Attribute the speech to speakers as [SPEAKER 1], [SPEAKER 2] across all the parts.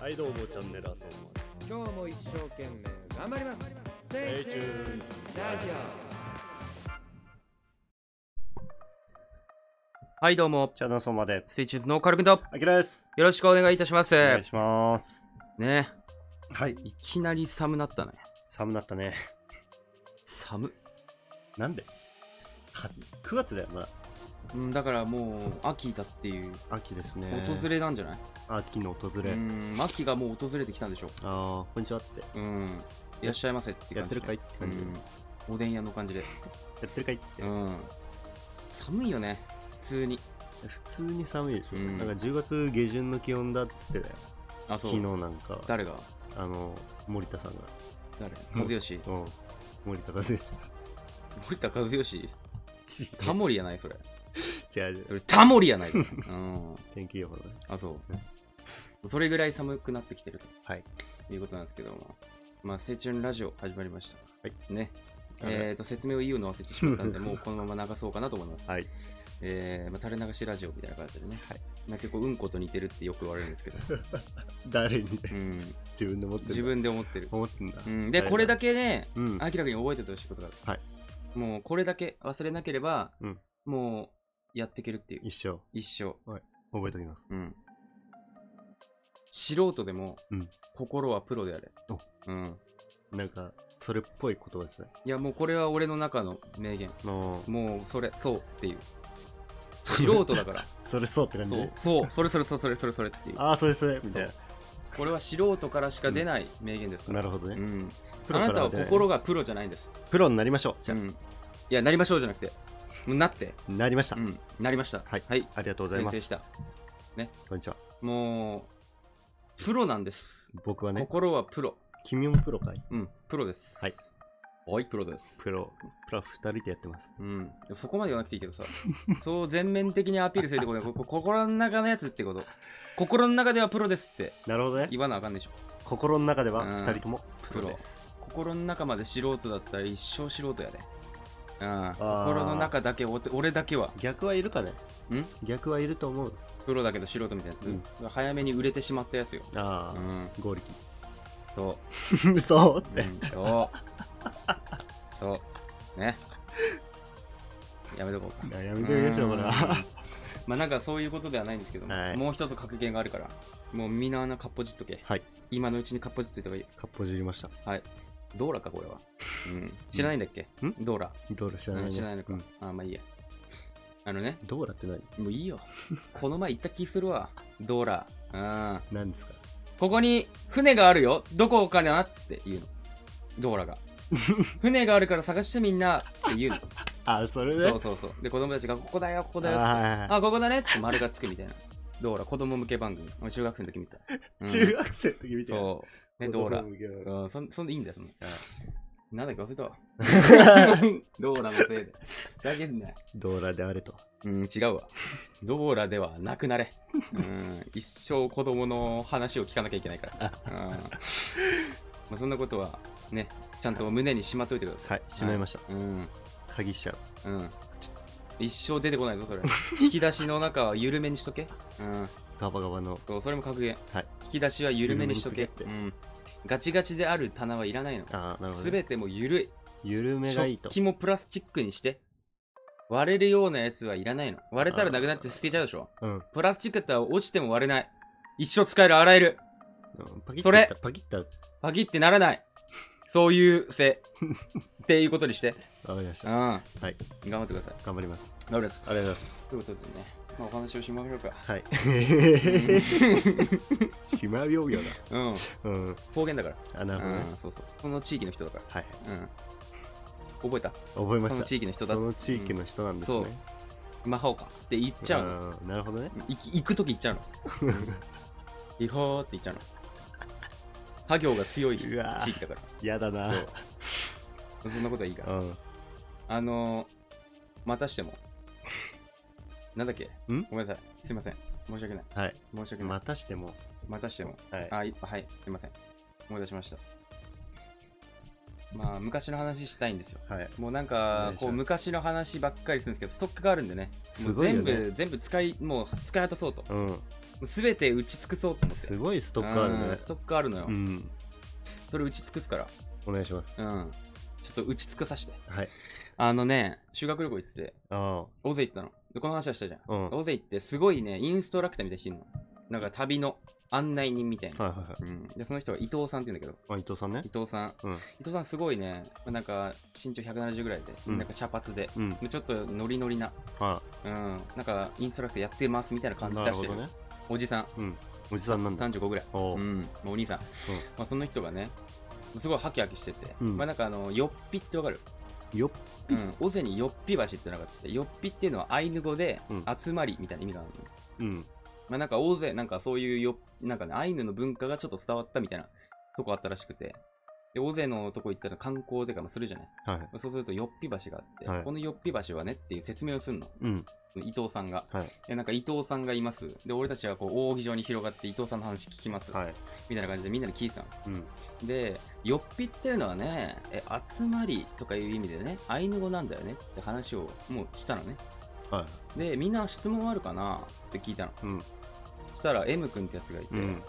[SPEAKER 1] はいどうもチャンネル遊ぼう
[SPEAKER 2] 今日も一生懸命頑張ります
[SPEAKER 1] Stay
[SPEAKER 2] Stay
[SPEAKER 1] tuned.
[SPEAKER 2] tuned ラジ
[SPEAKER 3] はい、どうも。
[SPEAKER 1] チャンネル遊ぼうまで
[SPEAKER 3] ステイチューズのカルくんと、よ
[SPEAKER 1] あきらです
[SPEAKER 3] ろしくお願いいたします。
[SPEAKER 1] お願いします
[SPEAKER 3] ね
[SPEAKER 1] はい
[SPEAKER 3] いきなり寒なったね。
[SPEAKER 1] 寒なったね
[SPEAKER 3] 寒。
[SPEAKER 1] なんでは9月だよまだ
[SPEAKER 3] うん、だからもう、秋だっていう、
[SPEAKER 1] 秋ですね
[SPEAKER 3] 訪れなんじゃない、
[SPEAKER 1] 秋の訪れ、
[SPEAKER 3] うん、秋がもう訪れてきたんでしょ
[SPEAKER 1] ああこんにちはって
[SPEAKER 3] う。うん。いらっしゃいませって
[SPEAKER 1] や
[SPEAKER 3] 感
[SPEAKER 1] って
[SPEAKER 3] じで
[SPEAKER 1] るかいって
[SPEAKER 3] う
[SPEAKER 1] 感じ、や
[SPEAKER 3] ん。おでん屋の感じで。
[SPEAKER 1] ってるかいって、
[SPEAKER 3] うん。寒いよね。普通に。
[SPEAKER 1] 普通に寒いでしょ、
[SPEAKER 3] うん
[SPEAKER 1] なんか10月下旬の気温だっつってたよ
[SPEAKER 3] あ、そ
[SPEAKER 1] 昨
[SPEAKER 3] う。
[SPEAKER 1] 日なんかは
[SPEAKER 3] 誰が
[SPEAKER 1] あの森田さんが
[SPEAKER 3] 誰和義
[SPEAKER 1] うん森田和義
[SPEAKER 3] 森田和義タ
[SPEAKER 1] も
[SPEAKER 3] モリやないそれ。
[SPEAKER 1] 違う違
[SPEAKER 3] そうれタモリ やないうん。
[SPEAKER 1] 天気予報だね
[SPEAKER 3] あ、そう。それぐらい寒くなってきてると。
[SPEAKER 1] はい
[SPEAKER 3] いうことなんですけども、まあ、青春ラジオ始まりました。
[SPEAKER 1] はい。
[SPEAKER 3] ね。
[SPEAKER 1] はい
[SPEAKER 3] えー、と説明を言うの忘れてしまった んで、もうこのまま流そうかなと思います。
[SPEAKER 1] はい
[SPEAKER 3] えーまあ、垂れ流しラジオみたいな感じでね、
[SPEAKER 1] はい
[SPEAKER 3] まあ、結構うんこと似てるってよく言われるんで すけど、
[SPEAKER 1] 誰に
[SPEAKER 3] う
[SPEAKER 1] ね
[SPEAKER 3] ん、
[SPEAKER 1] 自分で持ってる
[SPEAKER 3] 自分で思ってる。
[SPEAKER 1] 思ってんだ、
[SPEAKER 3] うん、で、これだけね、
[SPEAKER 1] うん
[SPEAKER 3] 明らかに覚えててほしいことがある。
[SPEAKER 1] はい
[SPEAKER 3] もうこれだけ忘れなければ、
[SPEAKER 1] うん
[SPEAKER 3] もうやっていけるっていう、
[SPEAKER 1] 一生
[SPEAKER 3] 一生。
[SPEAKER 1] 覚えておきます
[SPEAKER 3] うん。素人でも、
[SPEAKER 1] うん
[SPEAKER 3] 心はプロであれ。うん。
[SPEAKER 1] なんかそれっぽい言葉ですね
[SPEAKER 3] いや、もうこれは俺の中の名言。
[SPEAKER 1] の
[SPEAKER 3] もう、それ、そうっていう。素人だから。
[SPEAKER 1] それそうって感じ
[SPEAKER 3] そう、そう、それそれそれそれそれそれっていう。
[SPEAKER 1] ああそれそれみたい
[SPEAKER 3] これは素人からしか出ない名言ですか
[SPEAKER 1] な
[SPEAKER 3] ら。
[SPEAKER 1] なるほどね、
[SPEAKER 3] うん。
[SPEAKER 1] プロか
[SPEAKER 3] あ
[SPEAKER 1] ら
[SPEAKER 3] なたは
[SPEAKER 1] 出ない
[SPEAKER 3] 心がプロじゃないんです。
[SPEAKER 1] プロになりましょうじ
[SPEAKER 3] う
[SPEAKER 1] ゃ
[SPEAKER 3] ん。いや、なりましょうじゃなくて、もうなって。
[SPEAKER 1] あなりました、
[SPEAKER 3] うん。なりました。
[SPEAKER 1] はい
[SPEAKER 3] はい。
[SPEAKER 1] ありがとうござい
[SPEAKER 3] 転
[SPEAKER 1] ま
[SPEAKER 3] 生
[SPEAKER 1] す
[SPEAKER 3] した。
[SPEAKER 1] こんにちは
[SPEAKER 3] もう、プロなんです。
[SPEAKER 1] 僕はね
[SPEAKER 3] 心はプロ。
[SPEAKER 1] 君もプロかい
[SPEAKER 3] うん。プロです。
[SPEAKER 1] はい。
[SPEAKER 3] はい、プロです。
[SPEAKER 1] プロプロ二人でやってます
[SPEAKER 3] うん、でもそこまで言わなくていいけどさそう全面的にアピールするってことはここ心の中のやつってこと心の中ではプロですって
[SPEAKER 1] なるほどね
[SPEAKER 3] 言わなあかんでしょ
[SPEAKER 1] 心の中では
[SPEAKER 3] うん
[SPEAKER 1] 二人ともプロです
[SPEAKER 3] 心の中まで素人だったら一生素人やで、うん、
[SPEAKER 1] ー
[SPEAKER 3] 心の中だけおて俺だけは
[SPEAKER 1] 逆はいるかね
[SPEAKER 3] ん
[SPEAKER 1] 逆はいると思う
[SPEAKER 3] プロだけど素人みたいなやつ、早めに売れてしまったやつよ、
[SPEAKER 1] あ
[SPEAKER 3] う
[SPEAKER 1] あ、
[SPEAKER 3] ん、
[SPEAKER 1] 合力
[SPEAKER 3] そ
[SPEAKER 1] そう
[SPEAKER 3] う、うん、そうそうねやめとこう
[SPEAKER 1] い
[SPEAKER 3] か
[SPEAKER 1] ややめてみましょうこれは
[SPEAKER 3] まあなんかそういうことではないんですけども、
[SPEAKER 1] はい
[SPEAKER 3] もう一つ格言があるからもうみんな穴かっぽじっとけ
[SPEAKER 1] はい
[SPEAKER 3] 今のうちにかっぽじっといた方がいい
[SPEAKER 1] かっぽじりました
[SPEAKER 3] はいドーラかこれは、うん、知らないんだっけ、
[SPEAKER 1] ん
[SPEAKER 3] ドーラ
[SPEAKER 1] どうだ知らない
[SPEAKER 3] うん
[SPEAKER 1] ね
[SPEAKER 3] 知らないのか、
[SPEAKER 1] うん
[SPEAKER 3] あまあいいやあのね
[SPEAKER 1] どうだって何
[SPEAKER 3] もういいよ この前行った気するわドーラうん
[SPEAKER 1] 何ですか
[SPEAKER 3] ここに船があるよどこかなって言うのドー ラが船があるから探してみんなって言うの
[SPEAKER 1] ああそれ
[SPEAKER 3] そ
[SPEAKER 1] ね
[SPEAKER 3] うそうそうで子供たちがここだよここだよって
[SPEAKER 1] あー
[SPEAKER 3] あ、ここだねって丸がつくみたいな。ドーラ、子供向け番組。俺中学生の時見てた。うん
[SPEAKER 1] 中学生の時みたいな
[SPEAKER 3] そう。ね、ドー
[SPEAKER 1] ラ
[SPEAKER 3] ラ。うん、そんそんでいいんだよ、そんな。うんなんだっけ忘れたわ。 ドーラのせいで。ふざけんなよ。
[SPEAKER 1] ドーラであれと
[SPEAKER 3] うん、違うわ。ドーラではなくなれ。うん、一生子供の話を聞かなきゃいけないから。うん。まあ、そんなことは、ね、ちゃんと胸にしまっといてくださ
[SPEAKER 1] はいしまいました
[SPEAKER 3] い。うん、
[SPEAKER 1] 鍵しちゃう
[SPEAKER 3] うん。一生出てこないぞ、それ。引き出しの中は緩めにしとけ。うん。
[SPEAKER 1] ガバガバの
[SPEAKER 3] そう、それも格言。
[SPEAKER 1] はい
[SPEAKER 3] 引き出しは緩めにしとけ。
[SPEAKER 1] 緩め
[SPEAKER 3] うんガチガチである棚はいらないの。
[SPEAKER 1] ああなるほど
[SPEAKER 3] す
[SPEAKER 1] ね
[SPEAKER 3] べてもう緩い。
[SPEAKER 1] 緩めがいいと
[SPEAKER 3] 食器もプラスチックにして。割れるようなやつはいらないの。割れたらなくなって捨てちゃうでしょ。
[SPEAKER 1] うん
[SPEAKER 3] プラスチックだったら落ちても割れない。一生使える、洗える。
[SPEAKER 1] うんパキッ
[SPEAKER 3] それ
[SPEAKER 1] とパキッと
[SPEAKER 3] パキってならない。そうい う性。っていうことにして。
[SPEAKER 1] わかりまし
[SPEAKER 3] うん。
[SPEAKER 1] た。
[SPEAKER 3] はい頑張ってください。
[SPEAKER 1] 頑張ります
[SPEAKER 3] 頑張ります。
[SPEAKER 1] ありがとうございます
[SPEAKER 3] ということでね、まあ、お話をしましょう か。
[SPEAKER 1] はい
[SPEAKER 3] う ん
[SPEAKER 1] 暇病業だ
[SPEAKER 3] うん。
[SPEAKER 1] うん
[SPEAKER 3] 方言だから。
[SPEAKER 1] あなるほど
[SPEAKER 3] う
[SPEAKER 1] ね
[SPEAKER 3] ん、そうそう。この地域の人だから。
[SPEAKER 1] はい
[SPEAKER 3] うん。覚えた
[SPEAKER 1] 覚えま
[SPEAKER 3] そ
[SPEAKER 1] し
[SPEAKER 3] の
[SPEAKER 1] た
[SPEAKER 3] 地域の人だ
[SPEAKER 1] その地域の人なんです
[SPEAKER 3] うんそ
[SPEAKER 1] ね
[SPEAKER 3] マハオカって言っちゃうの
[SPEAKER 1] うんなるほどね
[SPEAKER 3] 行き行く時言っちゃうのイホーって言っちゃうの家業が強いう
[SPEAKER 1] わー
[SPEAKER 3] 地域だから
[SPEAKER 1] やだな
[SPEAKER 3] そうそんなことはいいから
[SPEAKER 1] うん
[SPEAKER 3] あのー、またしてもなんだっけ
[SPEAKER 1] ん
[SPEAKER 3] ごめんなさいすいません申し訳ない
[SPEAKER 1] はい
[SPEAKER 3] 申し訳ない
[SPEAKER 1] またしても
[SPEAKER 3] またしても
[SPEAKER 1] はい
[SPEAKER 3] あいはいすいません思い出しましたまあ昔の話したいんですよ
[SPEAKER 1] はい
[SPEAKER 3] もうなん
[SPEAKER 1] お
[SPEAKER 3] か
[SPEAKER 1] 願いします
[SPEAKER 3] こう昔の話ばっかりするんですけどストックがあるんでねもう
[SPEAKER 1] すごいよね
[SPEAKER 3] 全部全部使いもう使い果たそうと
[SPEAKER 1] うん
[SPEAKER 3] 全て打ち尽くそうと思って
[SPEAKER 1] すごいストックある
[SPEAKER 3] うん
[SPEAKER 1] ね
[SPEAKER 3] ス。トックあるのよ、
[SPEAKER 1] うん。
[SPEAKER 3] それ打ち尽くすから
[SPEAKER 1] お願いします。
[SPEAKER 3] うんちょっと打ち尽くさして
[SPEAKER 1] はい。
[SPEAKER 3] あのね修学旅行行ってて
[SPEAKER 1] あ
[SPEAKER 3] 大勢行ったのでこの話はしたじゃん
[SPEAKER 1] あ。うん。はい
[SPEAKER 3] 大勢行ってすごいねインストラクターみたいにしてんのなんか旅の案内人みたいな、
[SPEAKER 1] はいは
[SPEAKER 3] うん、でその人が伊藤さんって言うんだけど
[SPEAKER 1] い。あ、伊藤さんね
[SPEAKER 3] 伊。藤さん、
[SPEAKER 1] うん
[SPEAKER 3] 伊藤さんすごいねなんか身長170ぐらいで、
[SPEAKER 1] うん
[SPEAKER 3] なんか茶髪で
[SPEAKER 1] うん。
[SPEAKER 3] ちょっとノリノリな、
[SPEAKER 1] は。
[SPEAKER 3] うん、なんかインストラクターやってますみたいない感じ
[SPEAKER 1] なる
[SPEAKER 3] 出し
[SPEAKER 1] ほ
[SPEAKER 3] てる
[SPEAKER 1] どね。
[SPEAKER 3] おじさん
[SPEAKER 1] うん。おじさんなんだ。
[SPEAKER 3] 35ぐらい、
[SPEAKER 1] お
[SPEAKER 3] う、
[SPEAKER 1] うん
[SPEAKER 3] もうお兄さん、まあ、その人がねすごいハキハキしてて、
[SPEAKER 1] うん
[SPEAKER 3] まあなんかあのよっぴってわかる
[SPEAKER 1] よっ。
[SPEAKER 3] うん、尾瀬によっぴ橋ってなかったよっぴっていうのはアイヌ語で
[SPEAKER 1] うん
[SPEAKER 3] 集まりみたいな意味があるの、
[SPEAKER 1] うん。
[SPEAKER 3] まあ、なんか大勢、なんかそういうよ、なんかね、アイヌの文化がちょっと伝わったみたいなとこあったらしくて、で、大勢のとこ行ったら観光というか、まあ、するじゃない。
[SPEAKER 1] はい。
[SPEAKER 3] そうすると、よっぴ橋があって、
[SPEAKER 1] はい
[SPEAKER 3] このよっぴ橋はねっていう説明をするの。
[SPEAKER 1] うん。
[SPEAKER 3] 伊藤さんが。
[SPEAKER 1] はい。
[SPEAKER 3] で、なんか伊藤さんがいます。で、俺たちはこう、扇状に広がって伊藤さんの話聞きます。
[SPEAKER 1] はい。
[SPEAKER 3] みたいな感じでみんなで聞いてた
[SPEAKER 1] う
[SPEAKER 3] の。
[SPEAKER 1] ん。
[SPEAKER 3] で、よっぴっていうのはね、え、集まりとかいう意味でね、アイヌ語なんだよねって話をもうしたのね。
[SPEAKER 1] は
[SPEAKER 3] で、みんな質問あるかなって聞いた
[SPEAKER 1] い。
[SPEAKER 3] の。
[SPEAKER 1] うん。
[SPEAKER 3] したら M 君ってやつがいて、
[SPEAKER 1] うん
[SPEAKER 3] うん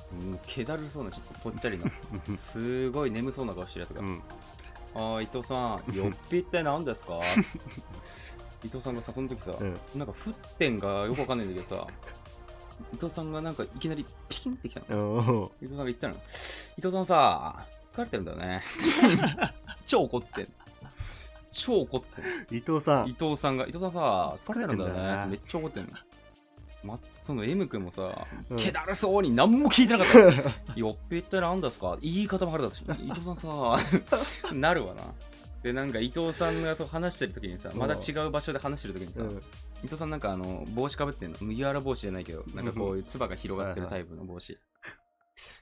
[SPEAKER 3] 気だるそうなちょっとぽっちゃりの すごい眠そうな顔してるやつが「
[SPEAKER 1] うん。
[SPEAKER 3] あー伊藤さんよっぴって何ですか? 」 伊藤さんがさその時さ、
[SPEAKER 1] うん。
[SPEAKER 3] なんか沸点がよくわかんないんだけどさ伊藤さんがなんかいきなりピキンってきたの
[SPEAKER 1] おー
[SPEAKER 3] 伊藤さんが言ったの伊藤さんさ疲れてるんだ よね超怒ってん超怒ってん
[SPEAKER 1] 伊藤さ
[SPEAKER 3] 伊
[SPEAKER 1] ん。
[SPEAKER 3] 藤さんが伊藤さんさ疲れてるんだ
[SPEAKER 1] 疲れてんだよ
[SPEAKER 3] よね
[SPEAKER 1] な
[SPEAKER 3] めっちゃ怒ってんの、ま、その M 君もさ、
[SPEAKER 1] うん
[SPEAKER 3] けだるそうに何も聞いてなかったよっぺってなんですか言い方も腹立つし伊 藤さんさなるわなでなんか伊藤さんがそう話してる時にさ
[SPEAKER 1] うん
[SPEAKER 3] まだ違う場所で話してる時に さ、
[SPEAKER 1] うん。
[SPEAKER 3] 伊藤さんなんかあの帽子かぶってんの麦わら帽子じゃないけどなんかこういうつばが広がってるタイプの帽子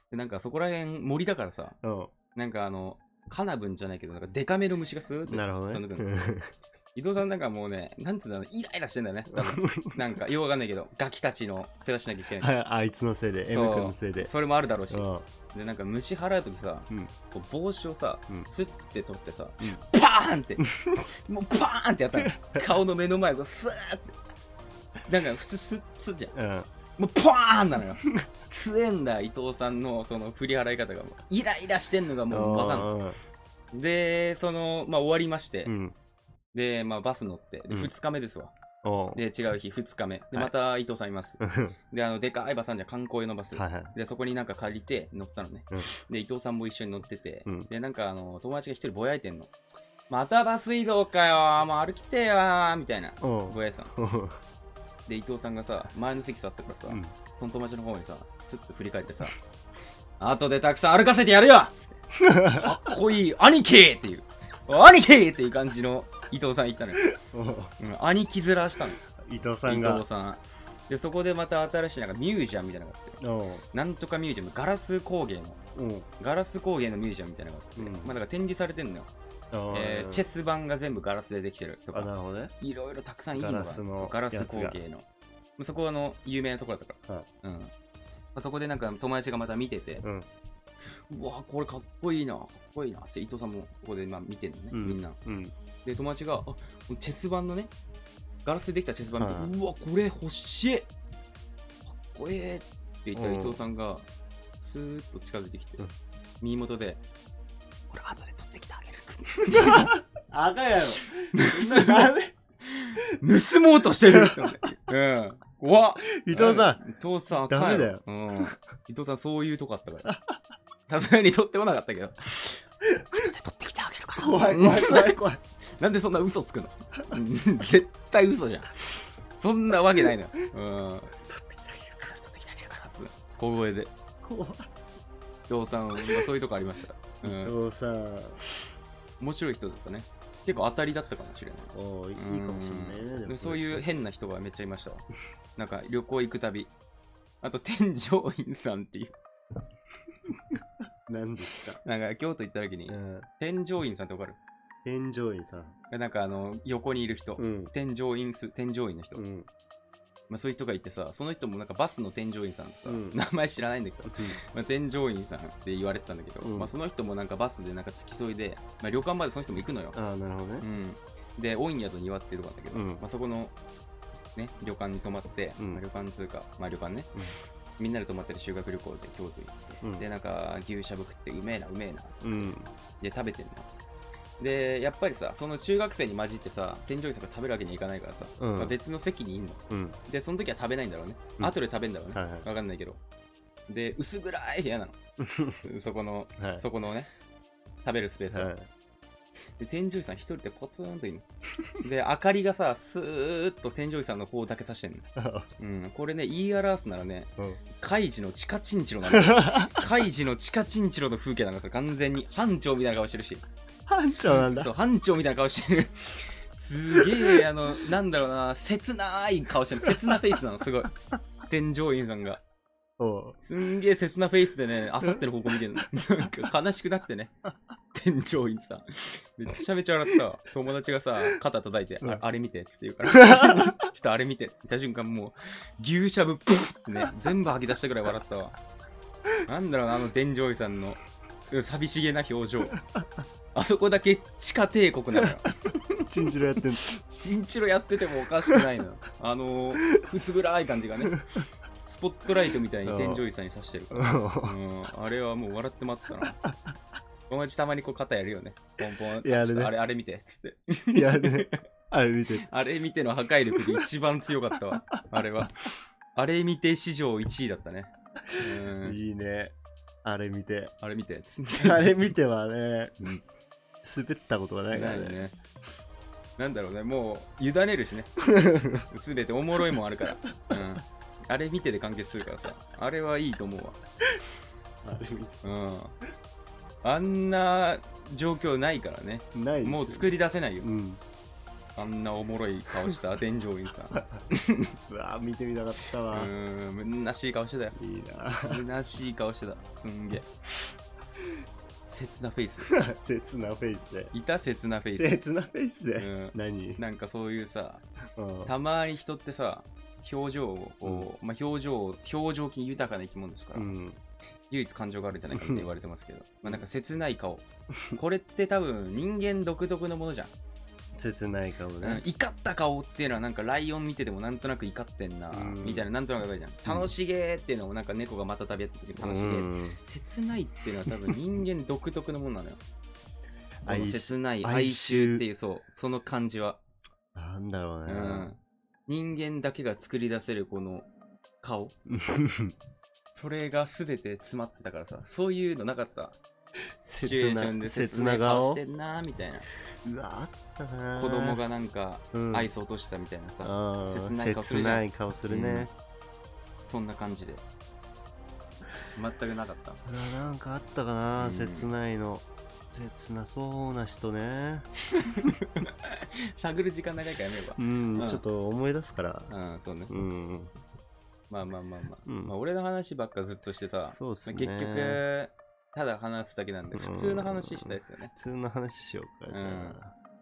[SPEAKER 3] でなんかそこら辺森だからさ
[SPEAKER 1] う
[SPEAKER 3] なんかあのカナブンじゃないけどなんかデカめの虫がスーッ
[SPEAKER 1] ん。
[SPEAKER 3] て
[SPEAKER 1] なるほど
[SPEAKER 3] 飛ん
[SPEAKER 1] ね
[SPEAKER 3] でくるの。伊藤さんなんかもうね、なんつうの、イライラしてんだよね。多分なんか、ようわかんないけど、ガキたちの世話しなきゃいけない。
[SPEAKER 1] はいあいつのせいで、
[SPEAKER 3] そう
[SPEAKER 1] M 君のせいで。
[SPEAKER 3] それもあるだろうし
[SPEAKER 1] う。ん。
[SPEAKER 3] で、なんか虫払うときさ、
[SPEAKER 1] うん
[SPEAKER 3] こう帽子をさ
[SPEAKER 1] うん、
[SPEAKER 3] スッて取ってさ、
[SPEAKER 1] う
[SPEAKER 3] パー ンって、もうパーンってやったの。顔の目の前をスーって。なんか普通スッスッじゃん。
[SPEAKER 1] うん。
[SPEAKER 3] もうパーンなのよ。 強えんだ、伊藤さんのその振り払い方がもう。イライラしてんのがもうわかん
[SPEAKER 1] うん
[SPEAKER 3] ない。で、その、まあ終わりまして、
[SPEAKER 1] うん。
[SPEAKER 3] で、まあバス乗って、
[SPEAKER 1] う
[SPEAKER 3] で
[SPEAKER 1] ん
[SPEAKER 3] 2日目ですわ。
[SPEAKER 1] おー
[SPEAKER 3] で、違う日、2日目。で、
[SPEAKER 1] はい
[SPEAKER 3] また伊藤さんいます。
[SPEAKER 1] うん
[SPEAKER 3] で、あの、でかいバスあんじゃん観光用のバス。
[SPEAKER 1] はいはい。
[SPEAKER 3] で、そこになんか借りて乗ったのね。
[SPEAKER 1] うん
[SPEAKER 3] で、伊藤さんも一緒に乗ってて、
[SPEAKER 1] うん
[SPEAKER 3] で、なんかあの、友達が一人ぼやいてんの。またバス移動かよーもう歩きてよーみたいな。
[SPEAKER 1] お
[SPEAKER 3] ぼ
[SPEAKER 1] ー
[SPEAKER 3] やいてたの。
[SPEAKER 1] おー
[SPEAKER 3] で、伊藤さんがさ、前の席座ったからさ、
[SPEAKER 1] うん
[SPEAKER 3] その友達の方にさ、ちょっと振り返ってさ、 後でたくさん歩かせてやるよつってかっこいい兄貴っていう。兄貴っていう感じの伊藤さん言ったのよ。
[SPEAKER 1] おー
[SPEAKER 3] うん、兄貴面したの。
[SPEAKER 1] 伊藤さん
[SPEAKER 3] 伊
[SPEAKER 1] が
[SPEAKER 3] 藤。さんでそこでまた新しいなんかミュージアムみたいなのがあって
[SPEAKER 1] おー
[SPEAKER 3] なんとかミュージアムガラス工芸の
[SPEAKER 1] うん。
[SPEAKER 3] ガラス工芸のミュージアムみたいなのがあって、
[SPEAKER 1] うん
[SPEAKER 3] まあ、だから展示されてんのよ、えーチェ
[SPEAKER 1] ス
[SPEAKER 3] ス盤が全部ガラスでできてると
[SPEAKER 1] あ、な
[SPEAKER 3] か
[SPEAKER 1] るほどね。
[SPEAKER 3] いろいろたくさんいいのが
[SPEAKER 1] ガラスの
[SPEAKER 3] ガラ
[SPEAKER 1] や
[SPEAKER 3] ス
[SPEAKER 1] つ
[SPEAKER 3] 工
[SPEAKER 1] が
[SPEAKER 3] 芸のそこはあの有名なところだったから、
[SPEAKER 1] はい
[SPEAKER 3] うんまあ、そこでなんか友達がまた見てて、
[SPEAKER 1] うん。
[SPEAKER 3] うわこれかっこいいなかっこいいなって伊藤さんもここでまあ見てるのね、
[SPEAKER 1] うん
[SPEAKER 3] みんな
[SPEAKER 1] うん。
[SPEAKER 3] で友達があこのチェス盤のねガラスでできたチェス盤見て、
[SPEAKER 1] はいう
[SPEAKER 3] わこれ欲しいかっこいいって言ったら
[SPEAKER 1] うん
[SPEAKER 3] 伊藤さんがスーッと近づいてきて、
[SPEAKER 1] うん
[SPEAKER 3] 耳元で「これ後で取ってきてあげる」っ つって
[SPEAKER 1] 赤やろ。ダメ。
[SPEAKER 3] 盗もうとしてるって思って うん怖っ
[SPEAKER 1] 伊藤さ
[SPEAKER 3] ん伊藤さん
[SPEAKER 1] ダメだよ
[SPEAKER 3] あかんうん、伊藤さんそういうとこあったから さすがに取ってこなかったけど後で取ってきてあげるか
[SPEAKER 1] ん。
[SPEAKER 3] ら
[SPEAKER 1] 怖い怖い怖い怖い。
[SPEAKER 3] なんでそんな嘘つくの うん絶対嘘じゃん。そんなわけないのよ。うん。取ってきてあげるから、取ってきてあげるから。小声で。
[SPEAKER 1] 怖い。
[SPEAKER 3] 洋さん、まあそういうとこありました。う
[SPEAKER 1] 伊
[SPEAKER 3] ん。
[SPEAKER 1] 藤さん。
[SPEAKER 3] 面白い人だったね。結構当たりだったかもしれない。
[SPEAKER 1] おーいい
[SPEAKER 3] うん
[SPEAKER 1] かもしれないね。
[SPEAKER 3] でもそういう
[SPEAKER 1] 変。
[SPEAKER 3] 変な人がめっちゃいましたわ。なんか旅行行くたび。あと、天上院さんっていう。
[SPEAKER 1] 何ですか。
[SPEAKER 3] なんか京都行った時に
[SPEAKER 1] う、ん。
[SPEAKER 3] 天上院さんってわかる
[SPEAKER 1] 天井員さん。
[SPEAKER 3] なんかあの、横にいる人。
[SPEAKER 1] うん。
[SPEAKER 3] 天上院す、天上院の人。
[SPEAKER 1] うん。
[SPEAKER 3] まあそういう人がいてさ、その人もなんかバスの天上院さんってさ、
[SPEAKER 1] うん
[SPEAKER 3] 名前知らないんだけど、まあ、添乗員さんって言われてたんだけど、
[SPEAKER 1] うん
[SPEAKER 3] まあ、その人もなんかバスでなんか付き添いで、まあ、旅館までその人も行くのよ、
[SPEAKER 1] ああ、なるほど
[SPEAKER 3] う
[SPEAKER 1] ね。
[SPEAKER 3] ん、で御宿庭っていうとこなんだけど、
[SPEAKER 1] うん
[SPEAKER 3] まあ、そこの、ね、旅館に泊まって、
[SPEAKER 1] うん
[SPEAKER 3] まあ、旅館通か、まあ、旅館ね、みんなで泊まってる修学旅行で京都行って、
[SPEAKER 1] うん
[SPEAKER 3] でなんか牛しゃぶ食ってうめえなうめえな
[SPEAKER 1] うん
[SPEAKER 3] で食べてんのでやっぱりさその中学生に混じってさ添乗員さんが食べるわけにはいかないからさ、
[SPEAKER 1] うん
[SPEAKER 3] まあ別の席にいんの
[SPEAKER 1] うん
[SPEAKER 3] でその時は食べないんだろうね、
[SPEAKER 1] うん
[SPEAKER 3] 後で食べるんだろうね、
[SPEAKER 1] はいはい
[SPEAKER 3] わかんないけどで薄暗い部 屋なのそこの
[SPEAKER 1] はい
[SPEAKER 3] そこのね食べるスペースは、
[SPEAKER 1] はい
[SPEAKER 3] で天井さん一人でポツンといるので明かりがさスーッと天井さんの方だけさしてんの、うん、これね言い表すならね
[SPEAKER 1] うん
[SPEAKER 3] カイジの地下チンチ ロなのよカイジの地下チンチロの風景なんですよ完全に班長みたいな顔してるし
[SPEAKER 1] 班長なん
[SPEAKER 3] そう
[SPEAKER 1] だ
[SPEAKER 3] 班長みたいな顔してるすげえあのなんだろうな切ない顔してる切なフェイスなのすごい天井員さんが
[SPEAKER 1] おう
[SPEAKER 3] すんげえ切なフェイスでね、あさっての方向見てるの。なんか悲しくなってね。店長員さん。めちゃめちゃ笑ったわ。友達がさ、肩叩いて、
[SPEAKER 1] うん
[SPEAKER 3] ああれ見てって言うから。ちょっとあれ見てって言った瞬間、もう、牛しゃぶ、プッってね、全部吐き出したぐらい笑ったわ。なんだろうな、あの店長員さんのうん寂しげな表情。あそこだけ地下帝国なのよ。
[SPEAKER 1] チンチロやってんの
[SPEAKER 3] チンチロやっててもおかしくないのよ。あのー、薄暗い感じがね。スポットライトみたいに天井員さんに刺してるから。うん、あれはもう笑って待ったな。友達たまにこう肩やるよね。ポンポン。
[SPEAKER 1] やるね
[SPEAKER 3] ちょっとあれ、あれ見て。つっ て。
[SPEAKER 1] いやねあれ見て
[SPEAKER 3] あれ見ての破壊力で一番強かったわ。あれは。あれ見て史上1位だったね。うん。
[SPEAKER 1] いいねあれ見 て
[SPEAKER 3] あれ見て。つっ て
[SPEAKER 1] あれ見てはね
[SPEAKER 3] うん
[SPEAKER 1] 滑ったことがないか
[SPEAKER 3] な
[SPEAKER 1] ら
[SPEAKER 3] い
[SPEAKER 1] ね
[SPEAKER 3] ね。なんだろうね。もう、委ねるしね。 すべておもろいもんあるから。うん。あれ見てで完結するからさ。あれはいいと思うわ。
[SPEAKER 1] あれ見て
[SPEAKER 3] うん。あんな状況ないからね。
[SPEAKER 1] ないですよ
[SPEAKER 3] もう作り出せないよ
[SPEAKER 1] う。ん
[SPEAKER 3] あんなおもろい顔した天井員さん。
[SPEAKER 1] うわー見てみたかった
[SPEAKER 3] う
[SPEAKER 1] わ
[SPEAKER 3] ーん、虚しい顔してたよ。
[SPEAKER 1] いいな
[SPEAKER 3] 虚しい顔してた。すんげえ。切なフェイス。
[SPEAKER 1] 切なフェイスで
[SPEAKER 3] いた切なフェイス。
[SPEAKER 1] 切なフェイス
[SPEAKER 3] う
[SPEAKER 1] で
[SPEAKER 3] ん、
[SPEAKER 1] 何うん
[SPEAKER 3] なんかそういうさ、
[SPEAKER 1] は
[SPEAKER 3] たまに人ってさ、表情を、まあ、表情、表情筋豊かな生き物ですから、
[SPEAKER 1] うん
[SPEAKER 3] 唯一感情があるんじゃないかって言われ てますけど、まあなんか切ない顔。これって多分人間独特のものじゃん。
[SPEAKER 1] 切ない顔
[SPEAKER 3] うん
[SPEAKER 1] ね
[SPEAKER 3] 怒った顔っていうのはなんかライオン見ててもなんとなく怒ってんな
[SPEAKER 1] うん
[SPEAKER 3] みたいななんとなくわかるじゃん楽しげーっていうのもなんか猫がまた旅やってる時楽しげー
[SPEAKER 1] うん
[SPEAKER 3] 切ないっていうのは多分人間独特のものな のよこ
[SPEAKER 1] 哀
[SPEAKER 3] の
[SPEAKER 1] 愁
[SPEAKER 3] 切ない
[SPEAKER 1] 哀愁
[SPEAKER 3] 哀愁っていうそうその感じは
[SPEAKER 1] なんだろう
[SPEAKER 3] う
[SPEAKER 1] ね
[SPEAKER 3] ん人間だけが作り出せるこの 顔それが全て詰まってたからさそういうのなかったシチュエ
[SPEAKER 1] 切
[SPEAKER 3] ーションで
[SPEAKER 1] な
[SPEAKER 3] 切
[SPEAKER 1] 切
[SPEAKER 3] な
[SPEAKER 1] ない
[SPEAKER 3] 顔し
[SPEAKER 1] 顔
[SPEAKER 3] てんなーみたいな
[SPEAKER 1] うわあったな
[SPEAKER 3] 子供がなんか
[SPEAKER 1] うん
[SPEAKER 3] アイス落としたみたいなさ
[SPEAKER 1] あ
[SPEAKER 3] 切ない
[SPEAKER 1] ー
[SPEAKER 3] 顔す
[SPEAKER 1] 切
[SPEAKER 3] るじゃん
[SPEAKER 1] ない顔するね
[SPEAKER 3] そんな感じで全くなかった
[SPEAKER 1] うわなんかあったかな
[SPEAKER 3] うん
[SPEAKER 1] 切ないの切なそうな人ね
[SPEAKER 3] 探る時間長いからやめれば
[SPEAKER 1] うん
[SPEAKER 3] うん
[SPEAKER 1] ちょっと思い出すから
[SPEAKER 3] うんそうね
[SPEAKER 1] うん
[SPEAKER 3] まあまあまあまあ、
[SPEAKER 1] うん
[SPEAKER 3] まあ俺の話ばっかずっとしてさ
[SPEAKER 1] そうっすね
[SPEAKER 3] 結局ただ話すだけなんで
[SPEAKER 1] うん
[SPEAKER 3] 普通の話したいですよね、
[SPEAKER 1] 普通の話しようかじゃ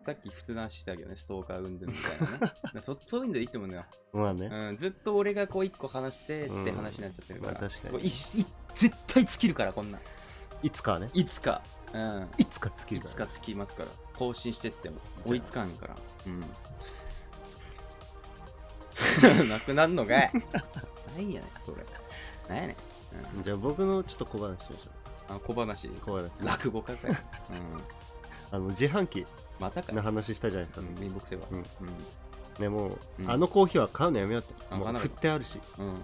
[SPEAKER 3] さっき普通の話したけどねストーカーうんぬんみたいな ねだからそそういうのでいいと思うのよ、
[SPEAKER 1] あまあね
[SPEAKER 3] うん、ずっと俺がこう一個話してって
[SPEAKER 1] うん
[SPEAKER 3] 話になっちゃってるから、
[SPEAKER 1] まあ確かに
[SPEAKER 3] こういしい絶対尽きるからこんなん
[SPEAKER 1] いつかはね
[SPEAKER 3] いつかうん
[SPEAKER 1] いつか尽き
[SPEAKER 3] い
[SPEAKER 1] る
[SPEAKER 3] つ
[SPEAKER 1] ら
[SPEAKER 3] か尽きますから更新してっても
[SPEAKER 1] あ
[SPEAKER 3] 追いつかんから うんなくなんのかいないやねんそれなんやねん、うん
[SPEAKER 1] じゃあ僕のちょっと小話しましょ
[SPEAKER 3] あ小話
[SPEAKER 1] う小話
[SPEAKER 3] 落語家かよ、うん、
[SPEAKER 1] あの自販機
[SPEAKER 3] またか
[SPEAKER 1] の
[SPEAKER 3] よ
[SPEAKER 1] 話したじゃないですか、
[SPEAKER 3] うん面目くせは
[SPEAKER 1] うん
[SPEAKER 3] う
[SPEAKER 1] ねもう、
[SPEAKER 3] うん
[SPEAKER 1] あのコーヒーは買うのやめようって
[SPEAKER 3] あ
[SPEAKER 1] も
[SPEAKER 3] 買
[SPEAKER 1] う
[SPEAKER 3] わな
[SPEAKER 1] 振
[SPEAKER 3] か
[SPEAKER 1] っ
[SPEAKER 3] っ
[SPEAKER 1] たてあるし、
[SPEAKER 3] んうん
[SPEAKER 1] うん、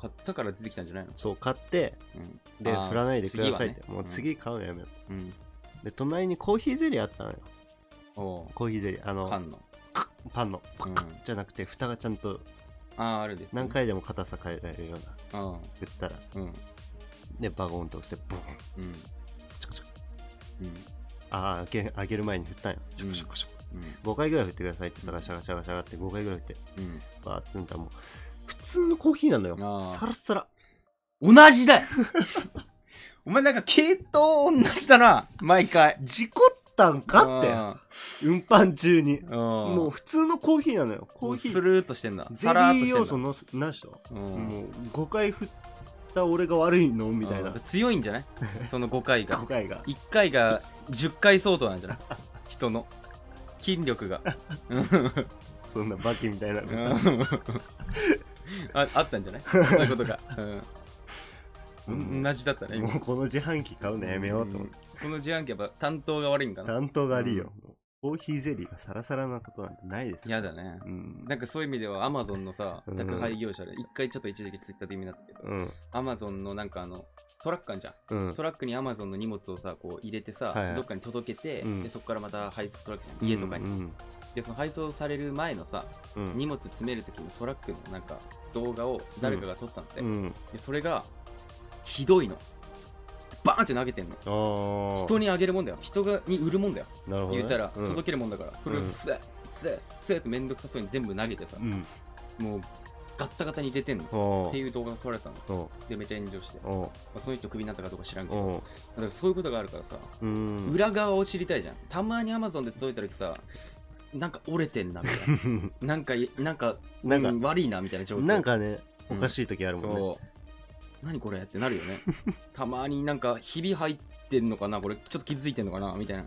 [SPEAKER 3] 買ったから出てきたんじゃないの、
[SPEAKER 1] そう買って
[SPEAKER 3] うん
[SPEAKER 1] で
[SPEAKER 3] あー
[SPEAKER 1] 振らないでくださいって、
[SPEAKER 3] 次はね
[SPEAKER 1] もう次買うのやめよう、
[SPEAKER 3] うん
[SPEAKER 1] で隣にコーヒーゼリーあったのよ
[SPEAKER 3] お
[SPEAKER 1] コーヒーゼリーあ
[SPEAKER 3] お
[SPEAKER 1] の
[SPEAKER 3] 缶の
[SPEAKER 1] パンのパカッ
[SPEAKER 3] うん
[SPEAKER 1] じゃなくて蓋がちゃんと
[SPEAKER 3] あああるで
[SPEAKER 1] 何回でも硬さ変えられるような
[SPEAKER 3] うん
[SPEAKER 1] 振ったら
[SPEAKER 3] うん
[SPEAKER 1] でバゴンと押してボン
[SPEAKER 3] うん
[SPEAKER 1] チコチコ
[SPEAKER 3] うん
[SPEAKER 1] ああ開け開ける前に振ったんよチコチコチコ
[SPEAKER 3] うん
[SPEAKER 1] 5回ぐらい振ってくださいって言ったからシャガシャガシャガって5回ぐらい振って
[SPEAKER 3] うん
[SPEAKER 1] バーッつんだらもう普通のコーヒーなのよ
[SPEAKER 3] あー
[SPEAKER 1] サラッサラ
[SPEAKER 3] 同じだよお前なんか系統同じだな毎回
[SPEAKER 1] 事故ったんかって運搬中に
[SPEAKER 3] うんうん
[SPEAKER 1] もう普通のコーヒーなのよコ
[SPEAKER 3] も
[SPEAKER 1] ー
[SPEAKER 3] う
[SPEAKER 1] ヒ
[SPEAKER 3] ス
[SPEAKER 1] ー
[SPEAKER 3] ルーっとしてんだ
[SPEAKER 1] ゼ
[SPEAKER 3] さらーっ
[SPEAKER 1] リー
[SPEAKER 3] としてん
[SPEAKER 1] 要
[SPEAKER 3] だ
[SPEAKER 1] 素のなしと
[SPEAKER 3] うん
[SPEAKER 1] もう5回振った俺が悪いのみたいな
[SPEAKER 3] うん強いんじ ゃないその5回が
[SPEAKER 1] 5回が
[SPEAKER 3] 1回が10回相当なんじゃない人の筋力がうん
[SPEAKER 1] そんなバキみたいなのが
[SPEAKER 3] ああったんじゃないそういうことか。うん。同じだったね。
[SPEAKER 1] もうこの自販機買うのやめようと思って。
[SPEAKER 3] うんこの自販機やっぱ担当が悪いんかな。
[SPEAKER 1] 担当が悪いよ。もうコーヒーゼリーがサラサラなとこなんてないですよ。
[SPEAKER 3] 嫌だね。
[SPEAKER 1] うん。
[SPEAKER 3] なんかそういう意味では、アマゾンのさ、
[SPEAKER 1] うん
[SPEAKER 3] 宅配業者で、一回ちょっと一時期ツイッターで意味になったけど、
[SPEAKER 1] うん。
[SPEAKER 3] アマゾンのなんかあの、トラックあんじゃん。
[SPEAKER 1] うん
[SPEAKER 3] ト。ラックにアマゾンの荷物をさ、こう入れてさ、
[SPEAKER 1] はいはい
[SPEAKER 3] どっかに届けて、
[SPEAKER 1] うん
[SPEAKER 3] でそこからまた配送トラックに、家とかに。
[SPEAKER 1] うん。
[SPEAKER 3] で、その配送される前のさ、
[SPEAKER 1] うん。
[SPEAKER 3] 荷物詰める時のトラックのなんか動画を誰かが撮ってたんだって、
[SPEAKER 1] うん。
[SPEAKER 3] でそれがひどいのバーンって投げてん
[SPEAKER 1] あ
[SPEAKER 3] の
[SPEAKER 1] あ。
[SPEAKER 3] 人にあげるもんだよ人がに売るもんだよ
[SPEAKER 1] なるほどね。
[SPEAKER 3] 言ったら
[SPEAKER 1] うん
[SPEAKER 3] 届けるもんだから、それをスッスッスッってめんどくさそうに全部投げてさ、
[SPEAKER 1] うん。
[SPEAKER 3] もうガッタガタに入れてんのっ
[SPEAKER 1] お
[SPEAKER 3] ていう動画が撮られたの
[SPEAKER 1] お
[SPEAKER 3] でめっちゃ炎上して、ま
[SPEAKER 1] お
[SPEAKER 3] あ、その人クビになったかどうか知らんけど
[SPEAKER 1] お
[SPEAKER 3] だからそういうことがあるからさ、
[SPEAKER 1] うん。
[SPEAKER 3] 裏側を知りたいじゃんたまに Amazon で届いた時さなんか折れてんなみたいな なんかいなんか
[SPEAKER 1] なんか
[SPEAKER 3] うん悪いなみたいな状況
[SPEAKER 1] なんかね、お
[SPEAKER 3] うん
[SPEAKER 1] かしい時あるもんね。
[SPEAKER 3] そう何これってなるよ ねたまになんかひび入ってんのかなこれちょっと気づいてんのかなみたいな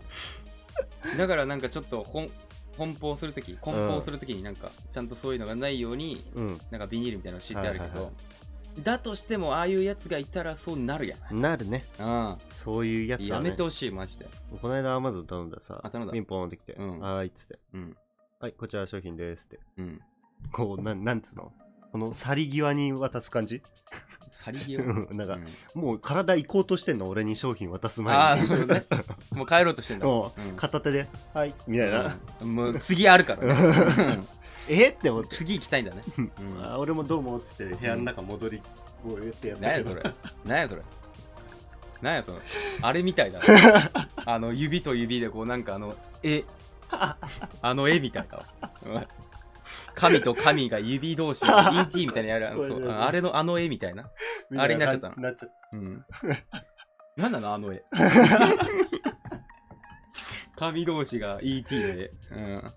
[SPEAKER 3] だからなんかちょっと奔奔放するとき梱包するときになんかちゃんとそういうのがないように
[SPEAKER 1] うん。
[SPEAKER 3] なんかビニールみたいなの敷いてあるけ
[SPEAKER 1] はいはい
[SPEAKER 3] ど、
[SPEAKER 1] は
[SPEAKER 3] だとしてもああいうやつがいたらそうなるやん
[SPEAKER 1] なるね。
[SPEAKER 3] あ
[SPEAKER 1] そういうや
[SPEAKER 3] あ
[SPEAKER 1] つ
[SPEAKER 3] や
[SPEAKER 1] は
[SPEAKER 3] め
[SPEAKER 1] ね
[SPEAKER 3] て。ほしいマジで
[SPEAKER 1] この間アマゾン頼んだらさ
[SPEAKER 3] あ頼ん、だ
[SPEAKER 1] ピンポーンってきて、
[SPEAKER 3] うん
[SPEAKER 1] あーいっつって。
[SPEAKER 3] うん
[SPEAKER 1] はい、こちら商品ですって。
[SPEAKER 3] うん
[SPEAKER 1] こう、なん、なんつうのこの去り際に渡す感じ
[SPEAKER 3] 去り際
[SPEAKER 1] うんなん
[SPEAKER 3] う
[SPEAKER 1] か
[SPEAKER 3] ん、
[SPEAKER 1] もう体行こうとしてんの、俺に商品渡す
[SPEAKER 3] ああ
[SPEAKER 1] 前
[SPEAKER 3] な
[SPEAKER 1] に
[SPEAKER 3] る。ほどねもう帰ろうとしてん だ
[SPEAKER 1] も
[SPEAKER 3] うん
[SPEAKER 1] う、片手で、はい、みたいな。
[SPEAKER 3] うんもう次あるからね、うん
[SPEAKER 1] えって思って。
[SPEAKER 3] 次行きたいんだね、うん
[SPEAKER 1] あー俺もどうもっつって部屋の中戻りこうやってやった
[SPEAKER 3] 何
[SPEAKER 1] け
[SPEAKER 3] や
[SPEAKER 1] ど
[SPEAKER 3] そ れ何やそれ何やそのあれみた いだなあの指と指でこうなんかあの絵あの絵みたいだわうん神と神が指同士で ET みたいにやるあのそう
[SPEAKER 1] これね
[SPEAKER 3] あれのあの絵みたいな、
[SPEAKER 1] みたい
[SPEAKER 3] あれになっちゃったの
[SPEAKER 1] なっちゃった
[SPEAKER 3] うん、何なのあ の絵神同士が ET の絵、うん、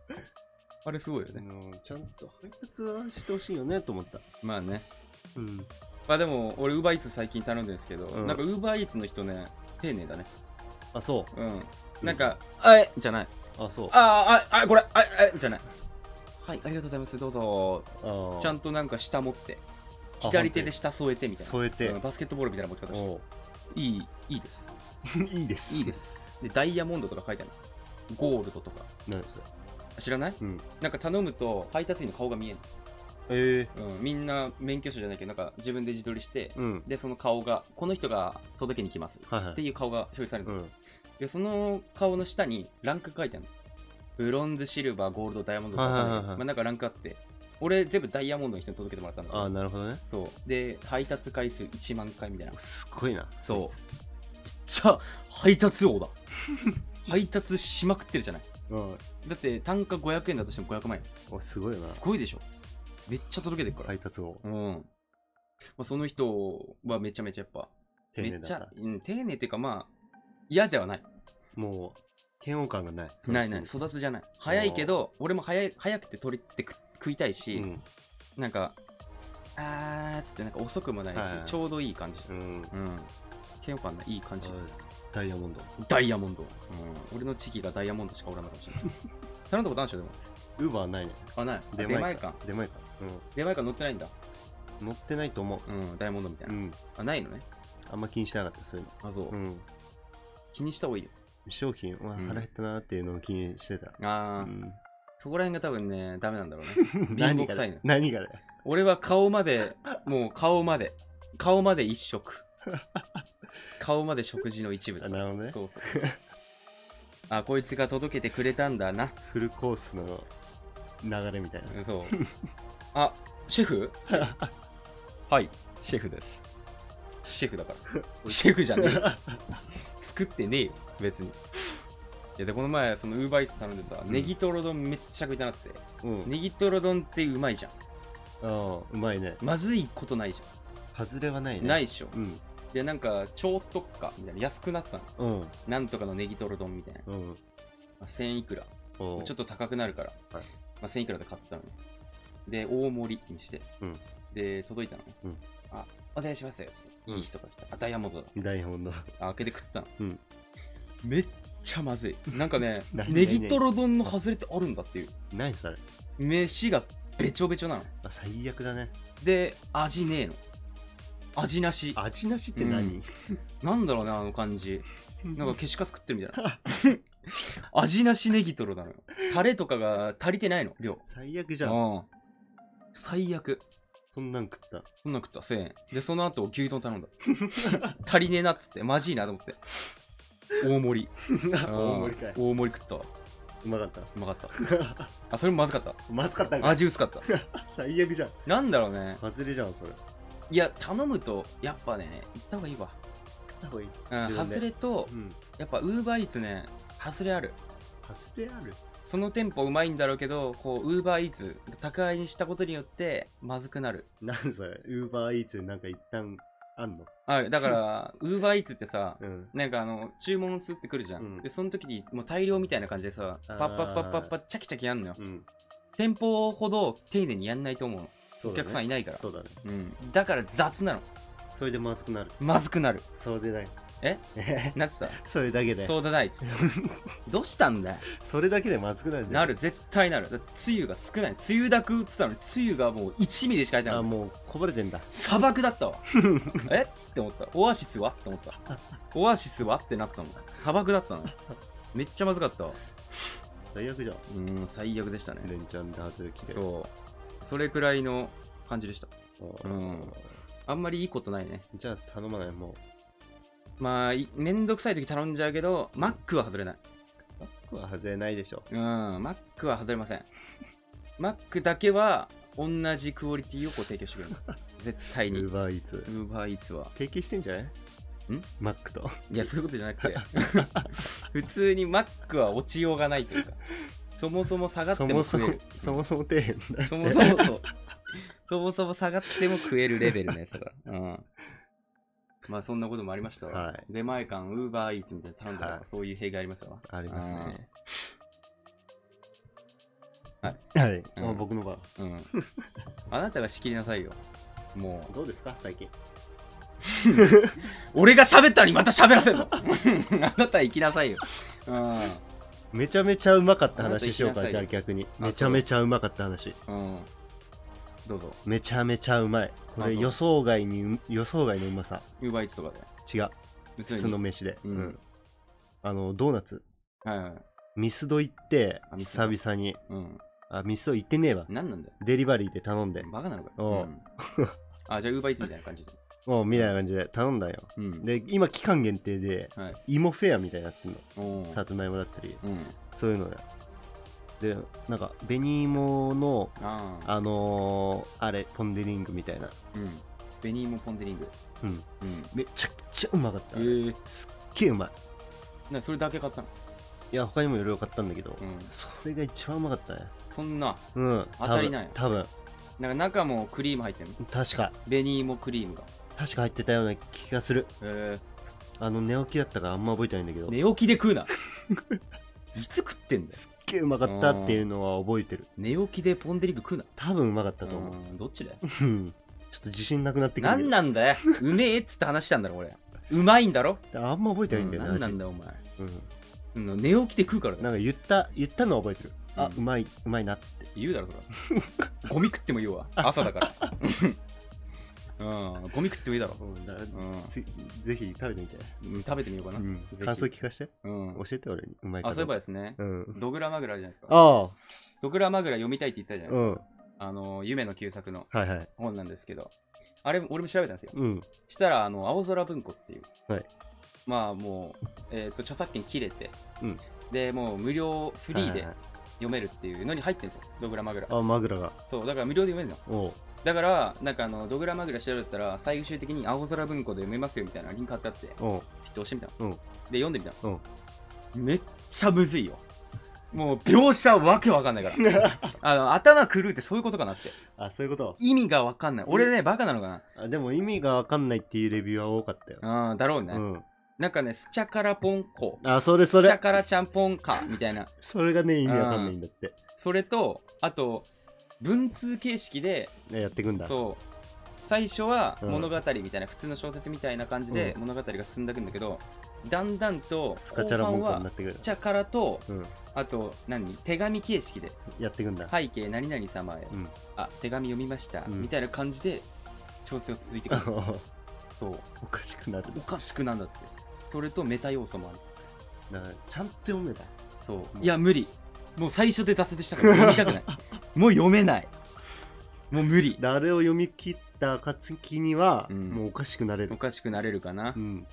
[SPEAKER 3] あれすごいよね
[SPEAKER 1] うんちゃんと配達はしてほしいよねと思った
[SPEAKER 3] まあね
[SPEAKER 1] うん
[SPEAKER 3] まあでも俺 UberEats 最近頼んでるんですけど、
[SPEAKER 1] うん
[SPEAKER 3] なんか UberEats の人ね丁寧だね
[SPEAKER 1] あそ
[SPEAKER 3] うんなんか、あえじゃない。
[SPEAKER 1] うあそう
[SPEAKER 3] あーあ、あ、これ、あえじゃない。はい、ありがとうございます。どうぞ。
[SPEAKER 1] あ
[SPEAKER 3] ちゃ
[SPEAKER 1] ん
[SPEAKER 3] んとなんか下持って、
[SPEAKER 1] あ
[SPEAKER 3] 左手で下添えてみたいな。
[SPEAKER 1] 添えて
[SPEAKER 3] うんバスケットボールみたいな持ち方して。
[SPEAKER 1] おう
[SPEAKER 3] いい、いいです。
[SPEAKER 1] いいです
[SPEAKER 3] いいです。で、ダイヤモンドとか書いてある。ゴールドとか。
[SPEAKER 1] 何それ
[SPEAKER 3] 知らない
[SPEAKER 1] うん
[SPEAKER 3] なんか頼むと配達員の顔が見える。
[SPEAKER 1] え
[SPEAKER 3] うん、みんな免許証じゃないけど、なんか自分で自撮りして
[SPEAKER 1] え、うん
[SPEAKER 3] で、その顔が、この人が届けに来ます。
[SPEAKER 1] はいは
[SPEAKER 3] って
[SPEAKER 1] い
[SPEAKER 3] いう顔が表示される
[SPEAKER 1] う
[SPEAKER 3] の。
[SPEAKER 1] ん
[SPEAKER 3] で、その顔の下にランク書いてあるの。ブロンズ、シルバー、ゴールド、ダイヤモンドとか
[SPEAKER 1] はいはいはいはい
[SPEAKER 3] まあなんかランクあって、俺全部ダイヤモンドの人に届けてもらったんだけ
[SPEAKER 1] あ
[SPEAKER 3] ど
[SPEAKER 1] あなるほどね
[SPEAKER 3] そう。で、配達回数1万回みたいな。めっ
[SPEAKER 1] すごいな
[SPEAKER 3] そうちゃ配達王だ。 配達しまくってるじゃない。
[SPEAKER 1] うん
[SPEAKER 3] だって単価500円だとしても500万
[SPEAKER 1] おすごい
[SPEAKER 3] 円。
[SPEAKER 1] な
[SPEAKER 3] すごいでしょ。めっちゃ届けてるから。
[SPEAKER 1] 配達を
[SPEAKER 3] うん。まあ、その人はめちゃめちゃやっぱ、
[SPEAKER 1] 丁寧
[SPEAKER 3] めっ
[SPEAKER 1] だ
[SPEAKER 3] ち
[SPEAKER 1] か
[SPEAKER 3] ゃ
[SPEAKER 1] ら、
[SPEAKER 3] うん、丁寧っていうかまあ、嫌ではない。
[SPEAKER 1] もう嫌悪感がない
[SPEAKER 3] ないない育つじゃない早いけど俺も早い早くて取りって食食いたいし、
[SPEAKER 1] うん
[SPEAKER 3] なんかあーっつってなんか遅くもないし、
[SPEAKER 1] はいはい
[SPEAKER 3] ちょうどいい感じ
[SPEAKER 1] うん
[SPEAKER 3] うん嫌悪感ないいい感じ
[SPEAKER 1] そうですダイヤモンド
[SPEAKER 3] ダイヤモンド、うん、俺の地域がダイヤモンドしかおらんの かもしれない頼んだことあるんでしょでも
[SPEAKER 1] ウーバーないね
[SPEAKER 3] あないあ出前館
[SPEAKER 1] 出前か
[SPEAKER 3] 出前館乗ってないんだ
[SPEAKER 1] うん乗ってないと思う
[SPEAKER 3] うんダイヤモンドみたいうな、
[SPEAKER 1] ん
[SPEAKER 3] あないのね
[SPEAKER 1] あんま気にしなかったそういう
[SPEAKER 3] あそう、
[SPEAKER 1] のうん
[SPEAKER 3] 気にした方がいいよ
[SPEAKER 1] 商品は
[SPEAKER 3] うん
[SPEAKER 1] 腹減ったなーっていうのを気にしてた。う
[SPEAKER 3] ああ、
[SPEAKER 1] ん、
[SPEAKER 3] そこら辺が多分ねダメなんだろうね 貧乏
[SPEAKER 1] 何が
[SPEAKER 3] く
[SPEAKER 1] だ
[SPEAKER 3] さ
[SPEAKER 1] よ
[SPEAKER 3] いね
[SPEAKER 1] 何がだよ。
[SPEAKER 3] 俺は顔までもう顔まで顔まで一食顔まで食事の一部だ
[SPEAKER 1] あなるほどね
[SPEAKER 3] そうそうあこいつが届けてくれたんだな
[SPEAKER 1] フルコースの流れみたいな。
[SPEAKER 3] う んそうあシェフはいシェフですシェフだから シェフじゃねえよ作ってねえよ別にいやでこの前そのウーバーイーツ頼んでさ、
[SPEAKER 1] うん
[SPEAKER 3] ネギトロ丼めっちゃ食いたなって
[SPEAKER 1] うん。
[SPEAKER 3] ネギトロ丼ってうまいじゃん
[SPEAKER 1] ああ、うまいね。
[SPEAKER 3] まずいことないじ
[SPEAKER 1] 外れはな
[SPEAKER 3] ゃ
[SPEAKER 1] い
[SPEAKER 3] ん、
[SPEAKER 1] ね。
[SPEAKER 3] ない。っしょ
[SPEAKER 1] うん。
[SPEAKER 3] でなんか超特価みたいな安くなってたの
[SPEAKER 1] うん。
[SPEAKER 3] なんとかのネギトロ丼みたいな
[SPEAKER 1] うん。
[SPEAKER 3] あ1000いくら
[SPEAKER 1] おう
[SPEAKER 3] ちょっと高くなるから、
[SPEAKER 1] はい
[SPEAKER 3] まあ、1000いくらで買ったのね。で、大盛りにして、
[SPEAKER 1] うん
[SPEAKER 3] で、届いたのね。
[SPEAKER 1] うん
[SPEAKER 3] あ、お願いしますよ。
[SPEAKER 1] うん
[SPEAKER 3] いい人が来た。あ、ダイヤモンドだ。
[SPEAKER 1] ダイヤモンド。
[SPEAKER 3] あ、開けて食ったの。
[SPEAKER 1] うん
[SPEAKER 3] めっちゃまずい。なんかね
[SPEAKER 1] 、何
[SPEAKER 3] ネギトロ丼の外れってあるんだっていう。
[SPEAKER 1] 何それ
[SPEAKER 3] 飯がべちょべちょなの
[SPEAKER 1] あ最悪だね
[SPEAKER 3] で味ねえの味なし
[SPEAKER 1] 味なしって何、
[SPEAKER 3] なんだろうねあの感じなんか消しカス食ってるみたい な味なしネギトロなのよタレとかが足りてないの量
[SPEAKER 1] 最悪じゃん
[SPEAKER 3] うん最悪
[SPEAKER 1] そんなん食った
[SPEAKER 3] そんなん食った1000円でその後牛丼頼んだ 足りねえなっつってマジいなと思って大盛り
[SPEAKER 1] 大盛りかい
[SPEAKER 3] うん大盛り食ったわ
[SPEAKER 1] うまかった
[SPEAKER 3] うまかった あそれもまずかった
[SPEAKER 1] まずかったんかい
[SPEAKER 3] 味薄かった
[SPEAKER 1] 最悪じゃん
[SPEAKER 3] なんだろうね
[SPEAKER 1] 外れじゃんそれ食
[SPEAKER 3] いや頼むとやっぱね行った方がいいわ
[SPEAKER 1] った方がいい
[SPEAKER 3] うん
[SPEAKER 1] 自分で
[SPEAKER 3] 外れと
[SPEAKER 1] うん
[SPEAKER 3] やっぱウーバーイーツね外れある
[SPEAKER 1] 外れある
[SPEAKER 3] その店舗うまいんだろうけどこうウーバーイーツ宅配にしたことによってまずくなる
[SPEAKER 1] なんそれウーバーイーツなんか一旦あんの
[SPEAKER 3] あだから ウーバーイーツってさ
[SPEAKER 1] うん
[SPEAKER 3] なんかあの注文つってくるじゃん、
[SPEAKER 1] うん
[SPEAKER 3] でその時にもう大量みたいな感じでさパ
[SPEAKER 1] あー
[SPEAKER 3] ッパッパッパッパッチャキチャキやんのよ
[SPEAKER 1] うん
[SPEAKER 3] 店舗ほど丁寧にやんないと思うの
[SPEAKER 1] そうだね
[SPEAKER 3] お客さんいないから
[SPEAKER 1] そうだね
[SPEAKER 3] うん、だから雑なの
[SPEAKER 1] それでまずくなる
[SPEAKER 3] まずくなる
[SPEAKER 1] そうでない
[SPEAKER 3] え
[SPEAKER 1] え
[SPEAKER 3] なってた
[SPEAKER 1] それだけで
[SPEAKER 3] ソーダダイツ どうしたんだよ
[SPEAKER 1] それだけでまずくなるね
[SPEAKER 3] なる絶対なるだって梅雨が少ない梅雨だくっつったのに梅雨がもう1ミリしか入ってな
[SPEAKER 1] あ
[SPEAKER 3] い
[SPEAKER 1] もうこぼれてんだ
[SPEAKER 3] 砂漠だったわ えって思ったオアシスはって思った オアシスはってなったもん砂漠だったのめっちゃまずかったわ
[SPEAKER 1] 最悪じゃん
[SPEAKER 3] うん最悪でしたね
[SPEAKER 1] レンチャンで外れきて
[SPEAKER 3] そうそれくらいの感じでした
[SPEAKER 1] う
[SPEAKER 3] うんあんまりいいことないね
[SPEAKER 1] じゃあ頼まないも
[SPEAKER 3] まあいめんどくさい時頼んじゃうけどマックは外れないう
[SPEAKER 1] 僕は外れないでしょ
[SPEAKER 3] うんマックは外れませんマックだけは同じクオリティをこう提供してくれる 絶
[SPEAKER 1] ウ
[SPEAKER 3] 対に
[SPEAKER 1] ー
[SPEAKER 3] ウ
[SPEAKER 1] バーイーツ
[SPEAKER 3] ーバーイーツは
[SPEAKER 1] 提携してんじゃないんマックと
[SPEAKER 3] いやそういうことじゃなくて 普通にマックは落ちようがないというかそもそも下がって
[SPEAKER 1] そ
[SPEAKER 3] も
[SPEAKER 1] もそ
[SPEAKER 3] 食え
[SPEAKER 1] も
[SPEAKER 3] る
[SPEAKER 1] そもそも底辺だ
[SPEAKER 3] そもそもそう。そもそも下がっても食えるレベルのやつだから。うん。まあそんなこともありましたわ。
[SPEAKER 1] はい
[SPEAKER 3] 出前館、ウーバーイーツみたいな頼んだら、
[SPEAKER 1] はい
[SPEAKER 3] そういう弊害ありますわ。
[SPEAKER 1] ありますね
[SPEAKER 3] はい
[SPEAKER 1] はい、
[SPEAKER 3] うん
[SPEAKER 1] もう僕の番
[SPEAKER 3] うん。うん。あなたが仕切りなさいよ。もう。
[SPEAKER 1] どうですか最近
[SPEAKER 3] 俺が喋ったのにまた喋らせるの あなた行きなさいよ。うん。
[SPEAKER 1] めちゃめちゃうまかった
[SPEAKER 3] あなた
[SPEAKER 1] 話
[SPEAKER 3] 行
[SPEAKER 1] し
[SPEAKER 3] き
[SPEAKER 1] よう
[SPEAKER 3] なさ
[SPEAKER 1] か
[SPEAKER 3] い
[SPEAKER 1] じゃあ逆に
[SPEAKER 3] あ
[SPEAKER 1] めちゃめちゃうまかった話
[SPEAKER 3] うん。どうぞ。
[SPEAKER 1] めちゃめちゃうまいこ
[SPEAKER 3] あ
[SPEAKER 1] れ
[SPEAKER 3] そう
[SPEAKER 1] 予想外に予想外のうまさ
[SPEAKER 3] ウーバーイーツとかで。
[SPEAKER 1] 違う
[SPEAKER 3] 普通
[SPEAKER 1] 普
[SPEAKER 3] に。
[SPEAKER 1] 通の飯で、
[SPEAKER 3] うん
[SPEAKER 1] うんあのドーナツ
[SPEAKER 3] はいはいはい。
[SPEAKER 1] ミスド行って
[SPEAKER 3] あミスド
[SPEAKER 1] 久々に
[SPEAKER 3] うん。
[SPEAKER 1] あミスド行ってねえわ
[SPEAKER 3] 何なんだよ。
[SPEAKER 1] デリバリーで頼んで
[SPEAKER 3] バカなのかよ。
[SPEAKER 1] おう
[SPEAKER 3] うん。あ、じゃあウーバーイーツみたいな感じで。
[SPEAKER 1] もうみたいな感じで頼んだんよ
[SPEAKER 3] うん。
[SPEAKER 1] で今期間限定で
[SPEAKER 3] はい。
[SPEAKER 1] 芋フェアみたいなやつの
[SPEAKER 3] おー
[SPEAKER 1] さつまいもだったり
[SPEAKER 3] うん。
[SPEAKER 1] そういうのででなんか紅芋の
[SPEAKER 3] ああ。
[SPEAKER 1] あのー、あれポンデリングみたいな
[SPEAKER 3] うん。ベニーモポンデリング。
[SPEAKER 1] うん
[SPEAKER 3] うん。
[SPEAKER 1] めちゃくちゃうまかった、
[SPEAKER 3] えー、
[SPEAKER 1] すっげえうまい
[SPEAKER 3] なそれだけ買ったの
[SPEAKER 1] いや他にもいろいろ買ったんだけど、
[SPEAKER 3] うん。
[SPEAKER 1] それが一番うまかったね
[SPEAKER 3] そんな、
[SPEAKER 1] うん
[SPEAKER 3] 当たりない
[SPEAKER 1] 多分
[SPEAKER 3] なんか中もクリーム入ってるの
[SPEAKER 1] 多分確か
[SPEAKER 3] ベニーモクリームが。
[SPEAKER 1] 確か入ってたような気がする
[SPEAKER 3] え
[SPEAKER 1] あの寝起きだったからあんま覚えてないんだけど、
[SPEAKER 3] 寝起きで食うな。 いつ食ってんだよ。
[SPEAKER 1] すっげえうまかったっていうのは覚えてる
[SPEAKER 3] 寝起きでポンデリング食うな。
[SPEAKER 1] 多分うまかったと思う
[SPEAKER 3] うんどっちだよ。
[SPEAKER 1] うんちょっと自信なくなってくるけ
[SPEAKER 3] な
[SPEAKER 1] ど
[SPEAKER 3] んなんだよ。うめえっつって話したんだろ、俺。うまいんだろ。
[SPEAKER 1] あんま覚えてないんだよね、
[SPEAKER 3] なんな
[SPEAKER 1] 味
[SPEAKER 3] んだよ、お前。
[SPEAKER 1] うん
[SPEAKER 3] うん寝起きで食うからだ
[SPEAKER 1] な
[SPEAKER 3] よ。
[SPEAKER 1] んか言った言ったのは覚えてるあ、
[SPEAKER 3] うん
[SPEAKER 1] うまいうまいなって
[SPEAKER 3] 言うだろ、そら。ゴミ食ってもいいわ。朝だから。 うん、ゴミ食ってもいいだろ。
[SPEAKER 1] うんだから
[SPEAKER 3] うん
[SPEAKER 1] つぜひ食べてみて、
[SPEAKER 3] うん、食べてみようかな。ぜひ
[SPEAKER 1] 感想聞かせて
[SPEAKER 3] うん
[SPEAKER 1] 教。えて俺にうまいか
[SPEAKER 3] あ、
[SPEAKER 1] ら
[SPEAKER 3] そういえばですね、
[SPEAKER 1] うん
[SPEAKER 3] ドグラマグラあるじゃないですか。
[SPEAKER 1] あ
[SPEAKER 3] ドグラマグラ読みたいって言ったじゃ
[SPEAKER 1] あ
[SPEAKER 3] ないです
[SPEAKER 1] う
[SPEAKER 3] か。
[SPEAKER 1] ん
[SPEAKER 3] あの、夢の旧作の
[SPEAKER 1] はいはい
[SPEAKER 3] 本なんですけど、あれ、俺も調べたんですよ。
[SPEAKER 1] うん
[SPEAKER 3] したら、あの、青空文庫っていう、
[SPEAKER 1] はい
[SPEAKER 3] まあもう、えっ、と、著作権切れて、
[SPEAKER 1] うん
[SPEAKER 3] で、もう無料フリー
[SPEAKER 1] はい
[SPEAKER 3] で
[SPEAKER 1] はい
[SPEAKER 3] 読めるっていうのに入ってるんですよ、ドグラマグラ。
[SPEAKER 1] はいあマグラが
[SPEAKER 3] そう、だから無料で読めるの。
[SPEAKER 1] おう
[SPEAKER 3] だから、なんかあの、ドグラマグラ調べたら、最終的に青空文庫で読めますよみたいなリンク貼ってあって、
[SPEAKER 1] おう
[SPEAKER 3] ピッと押してみた
[SPEAKER 1] うん
[SPEAKER 3] の。で、読んでみたの。めっちゃむずいよ。もう描写わけわかんないから。 あの頭狂うってそういうことかなって。
[SPEAKER 1] あそういうこと
[SPEAKER 3] 意味がわかんない。俺ね、バカなのか
[SPEAKER 1] あでも意味がわかんないっていうレビューは多かったよ、
[SPEAKER 3] な。うん、だろうね。
[SPEAKER 1] うん
[SPEAKER 3] なんかね、スチャカラポンコ。
[SPEAKER 1] あそれそ
[SPEAKER 3] スチャ
[SPEAKER 1] れ
[SPEAKER 3] カラちゃんぽんか。みたいな。
[SPEAKER 1] それがね意味わかんないんだって、
[SPEAKER 3] それと、あと、文通形式で、
[SPEAKER 1] ねやってくんだ
[SPEAKER 3] そう、最初は
[SPEAKER 1] うん
[SPEAKER 3] 物語みたいな、普通の小説みたいな感じで
[SPEAKER 1] う
[SPEAKER 3] 物語が進んでいくんだけど、だんだんと
[SPEAKER 1] スカ
[SPEAKER 3] 後
[SPEAKER 1] チャラ
[SPEAKER 3] 半
[SPEAKER 1] 文化にな
[SPEAKER 3] は
[SPEAKER 1] ってくる
[SPEAKER 3] スチャカラと
[SPEAKER 1] うん
[SPEAKER 3] あと何手紙形式で
[SPEAKER 1] やってくんだ、
[SPEAKER 3] 背景何々様へ、
[SPEAKER 1] うん
[SPEAKER 3] あ手紙読みました、
[SPEAKER 1] うん
[SPEAKER 3] みたいな感じで調整が続いてくるそう
[SPEAKER 1] おかしくなる
[SPEAKER 3] おかしくなんだってそれとメタ要素もあるんです
[SPEAKER 1] だからちゃんと読めば
[SPEAKER 3] そういや無理もう最初で挫折したから読みたくない もう読めないもう無理
[SPEAKER 1] であれを読み切った暁には、
[SPEAKER 3] うん
[SPEAKER 1] もうおかしくなれ
[SPEAKER 3] お
[SPEAKER 1] る、
[SPEAKER 3] かしくなれるかな、
[SPEAKER 1] うん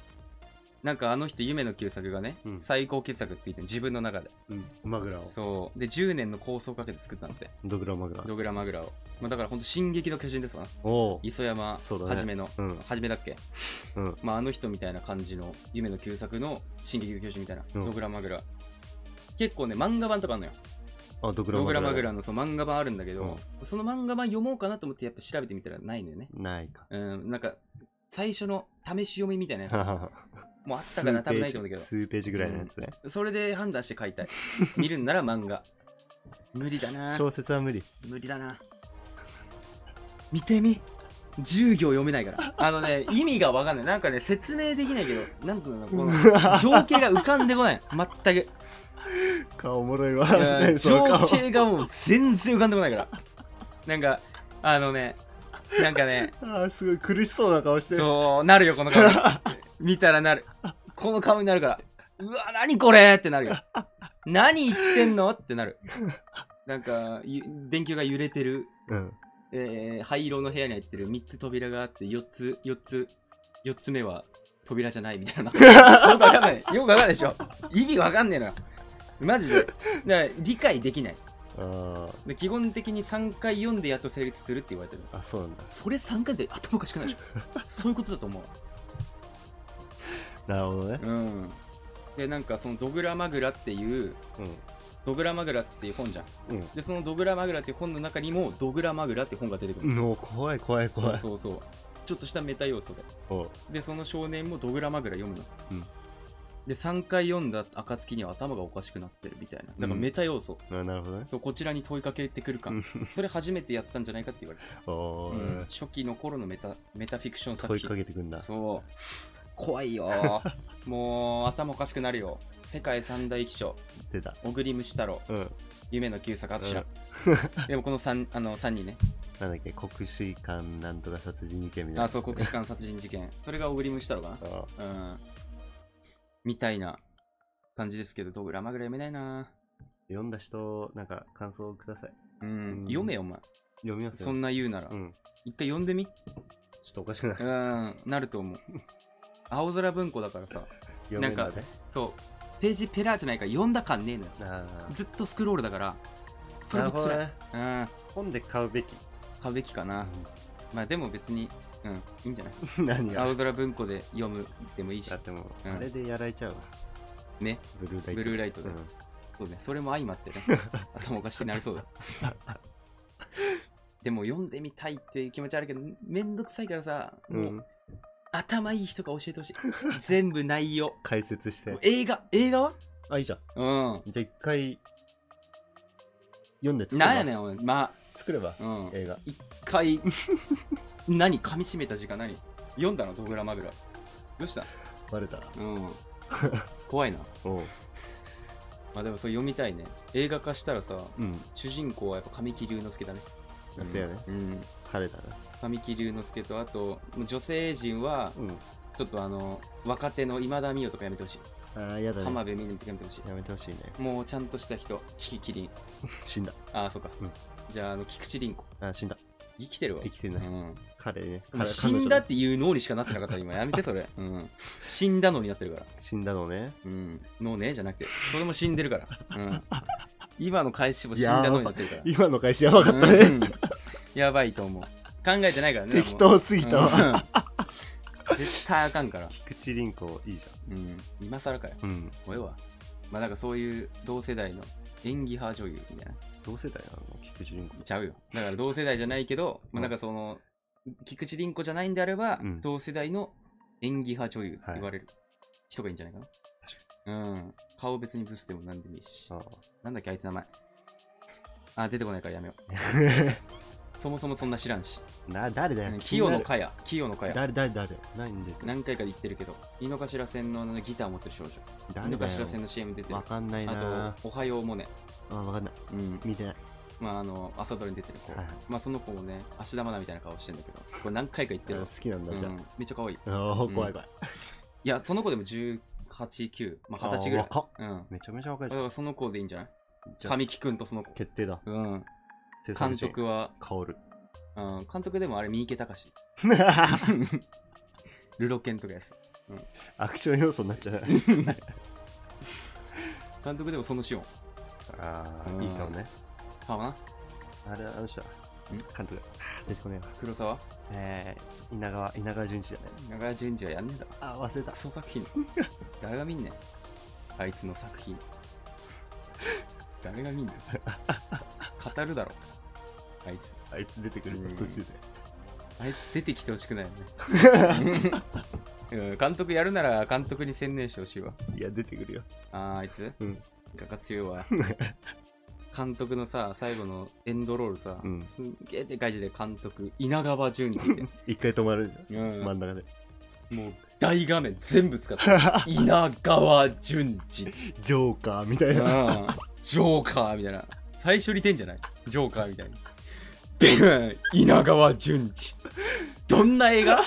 [SPEAKER 3] なんかあの人夢の旧作がね、
[SPEAKER 1] うん
[SPEAKER 3] 最高傑作って言ってんの自分の中で
[SPEAKER 1] うん、マグラを
[SPEAKER 3] そうで10年の構想をかけて作ったので
[SPEAKER 1] ドグラマグラ
[SPEAKER 3] ドグラマグラを、まあ、だからほんと「進撃の巨人」ですかな
[SPEAKER 1] おお
[SPEAKER 3] 磯山は
[SPEAKER 1] そうだね
[SPEAKER 3] じめの、
[SPEAKER 1] うん
[SPEAKER 3] はじめだっけ、
[SPEAKER 1] うん
[SPEAKER 3] まあ、あの人みたいな感じの夢の旧作の「進撃の巨人」みたいな、
[SPEAKER 1] うん
[SPEAKER 3] ドグラマグラ結構ね漫画版とかあるのよ
[SPEAKER 1] あドグラ
[SPEAKER 3] ド
[SPEAKER 1] マグ
[SPEAKER 3] グ
[SPEAKER 1] ラ
[SPEAKER 3] ラマグラのそう漫画版あるんだけど、その漫画版読もうかなと思ってやっぱ調べてみたらないのよね
[SPEAKER 1] ないか
[SPEAKER 3] うんなんか最初の試し読みみたいなやつ もうあったかな
[SPEAKER 1] 数
[SPEAKER 3] 多分ない
[SPEAKER 1] ページ
[SPEAKER 3] と思うんだけど
[SPEAKER 1] 数ページぐらいのやつね、
[SPEAKER 3] それで判断して買いたい。見るんなら漫画。無理だな。
[SPEAKER 1] 小説は無理
[SPEAKER 3] 無理だな。見てみ。10行読めないから。あ のね、意味がわかんない。なんかね、説明できないけど、なんていうのかな、この情景が浮かんでこない。全く。
[SPEAKER 1] 顔おもろいわ
[SPEAKER 3] いや
[SPEAKER 1] ね その
[SPEAKER 3] 情
[SPEAKER 1] 顔
[SPEAKER 3] 景がもう全然浮かんでこないから。なんか、あのね、なん かね、
[SPEAKER 1] あーすごい苦しそうな顔してる
[SPEAKER 3] そうなるよこの顔見たらなるこの顔になるからうわ何これってなるよ何言ってんのってなるなんかゆ電球が揺れてる、
[SPEAKER 1] うん
[SPEAKER 3] えー灰色の部屋に入ってる3つ扉があって4つ4つ4つ目は扉じゃない みたいなよくわかんないよくわかんないでしょ意味わかんねえのよマジでだから理解できない
[SPEAKER 1] あ
[SPEAKER 3] で基本的に3回読んでやっと成立するって言われてる
[SPEAKER 1] ーあそうなんだ
[SPEAKER 3] それ3回で頭おかしくないでしょそういうことだと思う
[SPEAKER 1] なるほどね
[SPEAKER 3] うん、でなんかその「ドグラマグラ」っていう「ドグラマグラ」っていう本じゃん
[SPEAKER 1] うんうん
[SPEAKER 3] でその「ドグラマグラ」っていう本の中にも「ドグラマグラ」っていう本が出てくる、
[SPEAKER 1] もう怖い怖い
[SPEAKER 3] そ
[SPEAKER 1] 怖
[SPEAKER 3] う
[SPEAKER 1] い
[SPEAKER 3] そうそうちょっとしたメタ要素で
[SPEAKER 1] おう
[SPEAKER 3] でその少年も「ドグラマグラ」読むの、
[SPEAKER 1] うん
[SPEAKER 3] で3回読んだ暁には頭がおかしくなってるみたいなだからメタ要素、
[SPEAKER 1] あなるほどね
[SPEAKER 3] そうこちらに問いかけてくるか、
[SPEAKER 1] うん
[SPEAKER 3] それ初めてやったんじゃないかって言われて
[SPEAKER 1] お
[SPEAKER 3] る、うん
[SPEAKER 1] ー
[SPEAKER 3] 初期の頃のメタメタフィクション作
[SPEAKER 1] 問い
[SPEAKER 3] 品
[SPEAKER 1] かけてくんだ
[SPEAKER 3] そう怖い よもう頭おかしくなるよ世界三大奇書
[SPEAKER 1] 出た
[SPEAKER 3] 小栗虫太郎
[SPEAKER 1] うん
[SPEAKER 3] 夢の旧作あと知らん、でもこの 3, あの三人ね
[SPEAKER 1] なんだっけ国士官なんとか殺人事件みたいな
[SPEAKER 3] あそう国士舘殺人事件それが小栗虫太郎か
[SPEAKER 1] あ
[SPEAKER 3] なうんみたいな感じですけどどうラマぐらい読めないな
[SPEAKER 1] 読んだ人なんか感想をください
[SPEAKER 3] うん、
[SPEAKER 1] うん
[SPEAKER 3] 読めよお前
[SPEAKER 1] 読みますよ
[SPEAKER 3] そんな言うなら、
[SPEAKER 1] うん
[SPEAKER 3] 一回読んでみ
[SPEAKER 1] ちょっとおかしくないう
[SPEAKER 3] ん なる と思う青空文庫だからさ
[SPEAKER 1] 読めんだ
[SPEAKER 3] なん
[SPEAKER 1] ね
[SPEAKER 3] そうページペラーじゃないから読んだ感ねえのよ
[SPEAKER 1] あ
[SPEAKER 3] ずっとスクロールだから
[SPEAKER 1] ー
[SPEAKER 3] それ
[SPEAKER 1] な
[SPEAKER 3] も
[SPEAKER 1] るほ
[SPEAKER 3] つ
[SPEAKER 1] ど
[SPEAKER 3] らい、
[SPEAKER 1] ね
[SPEAKER 3] うん
[SPEAKER 1] 本で買うべき
[SPEAKER 3] 買うべきかな、まあでも別にうんいいんじゃない
[SPEAKER 1] うん 何が
[SPEAKER 3] 青空文庫で読むでもいいし
[SPEAKER 1] だってもう
[SPEAKER 3] うん
[SPEAKER 1] あれでやられちゃうわ
[SPEAKER 3] ね
[SPEAKER 1] ブルーライト
[SPEAKER 3] ブルーライトで
[SPEAKER 1] うん
[SPEAKER 3] そうね、それも相まってね、 頭おかしくなりそうだ。でも読んでみたいっていう気持ちあるけど、めんどくさいからさ、もう、
[SPEAKER 1] うん
[SPEAKER 3] 頭いい人が教えてほしい。全部内容。
[SPEAKER 1] 解説して
[SPEAKER 3] もう映画、映画は
[SPEAKER 1] あいいじゃん
[SPEAKER 3] う
[SPEAKER 1] じゃあ一回読んで
[SPEAKER 3] ん。
[SPEAKER 1] 作れば
[SPEAKER 3] なんやねん、お前。ま
[SPEAKER 1] 作れば
[SPEAKER 3] あ、うん。
[SPEAKER 1] 映画
[SPEAKER 3] 一回、 何噛み締めた時間何読んだのドグラマグラ。どうした
[SPEAKER 1] バレたら
[SPEAKER 3] うん。怖いな。
[SPEAKER 1] おう
[SPEAKER 3] まあでもそれ読みたいね。映画化したらさ、
[SPEAKER 1] うん
[SPEAKER 3] 主人公はやっぱ神木隆之介だね。
[SPEAKER 1] そうやね
[SPEAKER 3] うん。
[SPEAKER 1] 彼だな
[SPEAKER 3] 神木隆之介とあと女性陣は
[SPEAKER 1] うん
[SPEAKER 3] ちょっとあの若手の今田美桜とかやめてほしい、
[SPEAKER 1] ああやだ
[SPEAKER 3] 浜
[SPEAKER 1] ね
[SPEAKER 3] 辺美波とかやめてほし
[SPEAKER 1] やめてほしいね
[SPEAKER 3] いもうちゃんとした人キキキリン
[SPEAKER 1] 死んだ
[SPEAKER 3] ああそうか、
[SPEAKER 1] うん
[SPEAKER 3] じゃああの菊池凛子
[SPEAKER 1] あ死んだ
[SPEAKER 3] 生きてるわ
[SPEAKER 1] 生きてない
[SPEAKER 3] うん
[SPEAKER 1] 彼ね
[SPEAKER 3] もう
[SPEAKER 1] 彼
[SPEAKER 3] 死んだっていう脳にしかなってなかったら今やめてそ れ、うん、死んだのになってるから、
[SPEAKER 1] 死んだのね
[SPEAKER 3] うん、脳ねじゃなくてそれも死んでるから、うん、今の返しも死んだのになってるから
[SPEAKER 1] 今の会社やばかった
[SPEAKER 3] う
[SPEAKER 1] ね
[SPEAKER 3] んやばいと思う考えてないからね
[SPEAKER 1] 適当すぎたわ
[SPEAKER 3] うん絶対あかんから、
[SPEAKER 1] 菊池凛子いいじ
[SPEAKER 3] うん、今更かよ
[SPEAKER 1] ゃんうん
[SPEAKER 3] 俺はまあなんかそういう同世代の演技派女優みたいな
[SPEAKER 1] 同世代なの菊池凛子
[SPEAKER 3] ちゃうよだから同世代じゃないけ ど、まあなんかその菊池凛子じゃないんであれば、
[SPEAKER 1] うん
[SPEAKER 3] 同世代の演技派女優って
[SPEAKER 1] はい
[SPEAKER 3] 言われる人がいいんじゃないかな、うん顔別にブスでも何でもいいし
[SPEAKER 1] あ
[SPEAKER 3] なんだっけあいつ名前あ出てこないからやめよう そもそもそんな知らんし。
[SPEAKER 1] な誰だよ
[SPEAKER 3] うん
[SPEAKER 1] 気に
[SPEAKER 3] 清
[SPEAKER 1] な
[SPEAKER 3] 野
[SPEAKER 1] る
[SPEAKER 3] かや、清野かや。
[SPEAKER 1] 誰誰誰何で
[SPEAKER 3] 何回か言ってるけど、井の頭線のギター持ってる少女。井
[SPEAKER 1] 誰
[SPEAKER 3] の
[SPEAKER 1] だ
[SPEAKER 3] 頭
[SPEAKER 1] よ
[SPEAKER 3] 線の CM 出てる
[SPEAKER 1] わ。かんない
[SPEAKER 3] あ
[SPEAKER 1] な
[SPEAKER 3] と、おはようもね。
[SPEAKER 1] あわかんない
[SPEAKER 3] うん。
[SPEAKER 1] 見てない
[SPEAKER 3] まあ、あの、朝ドラに出てる子
[SPEAKER 1] はい。
[SPEAKER 3] まあ、その子もね、足玉菜みたいな顔してんだけど、これ何回か言って
[SPEAKER 1] あ
[SPEAKER 3] る
[SPEAKER 1] 好。きなん
[SPEAKER 3] う
[SPEAKER 1] だじゃ
[SPEAKER 3] ん、めっちゃ可愛い。
[SPEAKER 1] ああー怖い怖い
[SPEAKER 3] いや、その子でも18、9、まあ、20歳ぐらい
[SPEAKER 1] あー。若っ
[SPEAKER 3] うん。
[SPEAKER 1] めちゃめちゃ若いじ
[SPEAKER 3] だか
[SPEAKER 1] ゃん
[SPEAKER 3] らその子でいいんじゃない
[SPEAKER 1] じゃあ
[SPEAKER 3] 神木くんとその子。
[SPEAKER 1] 決定だ
[SPEAKER 3] うん。
[SPEAKER 1] 制作
[SPEAKER 3] 監
[SPEAKER 1] 陣
[SPEAKER 3] 督は、
[SPEAKER 1] 薫
[SPEAKER 3] うん、監督でもあれ、三池隆。ルロケンとかやつ。
[SPEAKER 1] アクション要素になっちゃ う
[SPEAKER 3] 監督でもそのシオン。
[SPEAKER 1] あ
[SPEAKER 3] う
[SPEAKER 1] あ
[SPEAKER 3] ん
[SPEAKER 1] いい顔ね
[SPEAKER 3] かな
[SPEAKER 1] あれあの人監督あ出てこねえわ
[SPEAKER 3] 黒沢
[SPEAKER 1] えー稲川稲川淳一だね
[SPEAKER 3] 長屋淳二はやんねえだろ。
[SPEAKER 1] あ忘れた
[SPEAKER 3] ク ソ作品。誰が見んねん。あいつの作品。誰が見んねん。語るだろ。あいつ。
[SPEAKER 1] あいつ出てくる
[SPEAKER 3] うん
[SPEAKER 1] 途中で
[SPEAKER 3] あいつ出てきてほしくないよね。うん監督やるなら監督に専念してほしいわ。
[SPEAKER 1] いや出てくるよ
[SPEAKER 3] あーあいつ
[SPEAKER 1] うん
[SPEAKER 3] 画が強いわ。監督のさ、最後のエンドロールさ、
[SPEAKER 1] うん
[SPEAKER 3] すんげえでかい字で監督、稲川淳二って。
[SPEAKER 1] 一回止まるじ
[SPEAKER 3] う
[SPEAKER 1] ゃん
[SPEAKER 3] ん
[SPEAKER 1] 真ん中で
[SPEAKER 3] もう大画面全部 使った。稲川淳二。うん
[SPEAKER 1] ジョーカーみたい
[SPEAKER 3] ジ
[SPEAKER 1] な
[SPEAKER 3] ョーカーみたいな。最初に出んじゃないジョーカーみたいに。で稲川淳二。どんな映画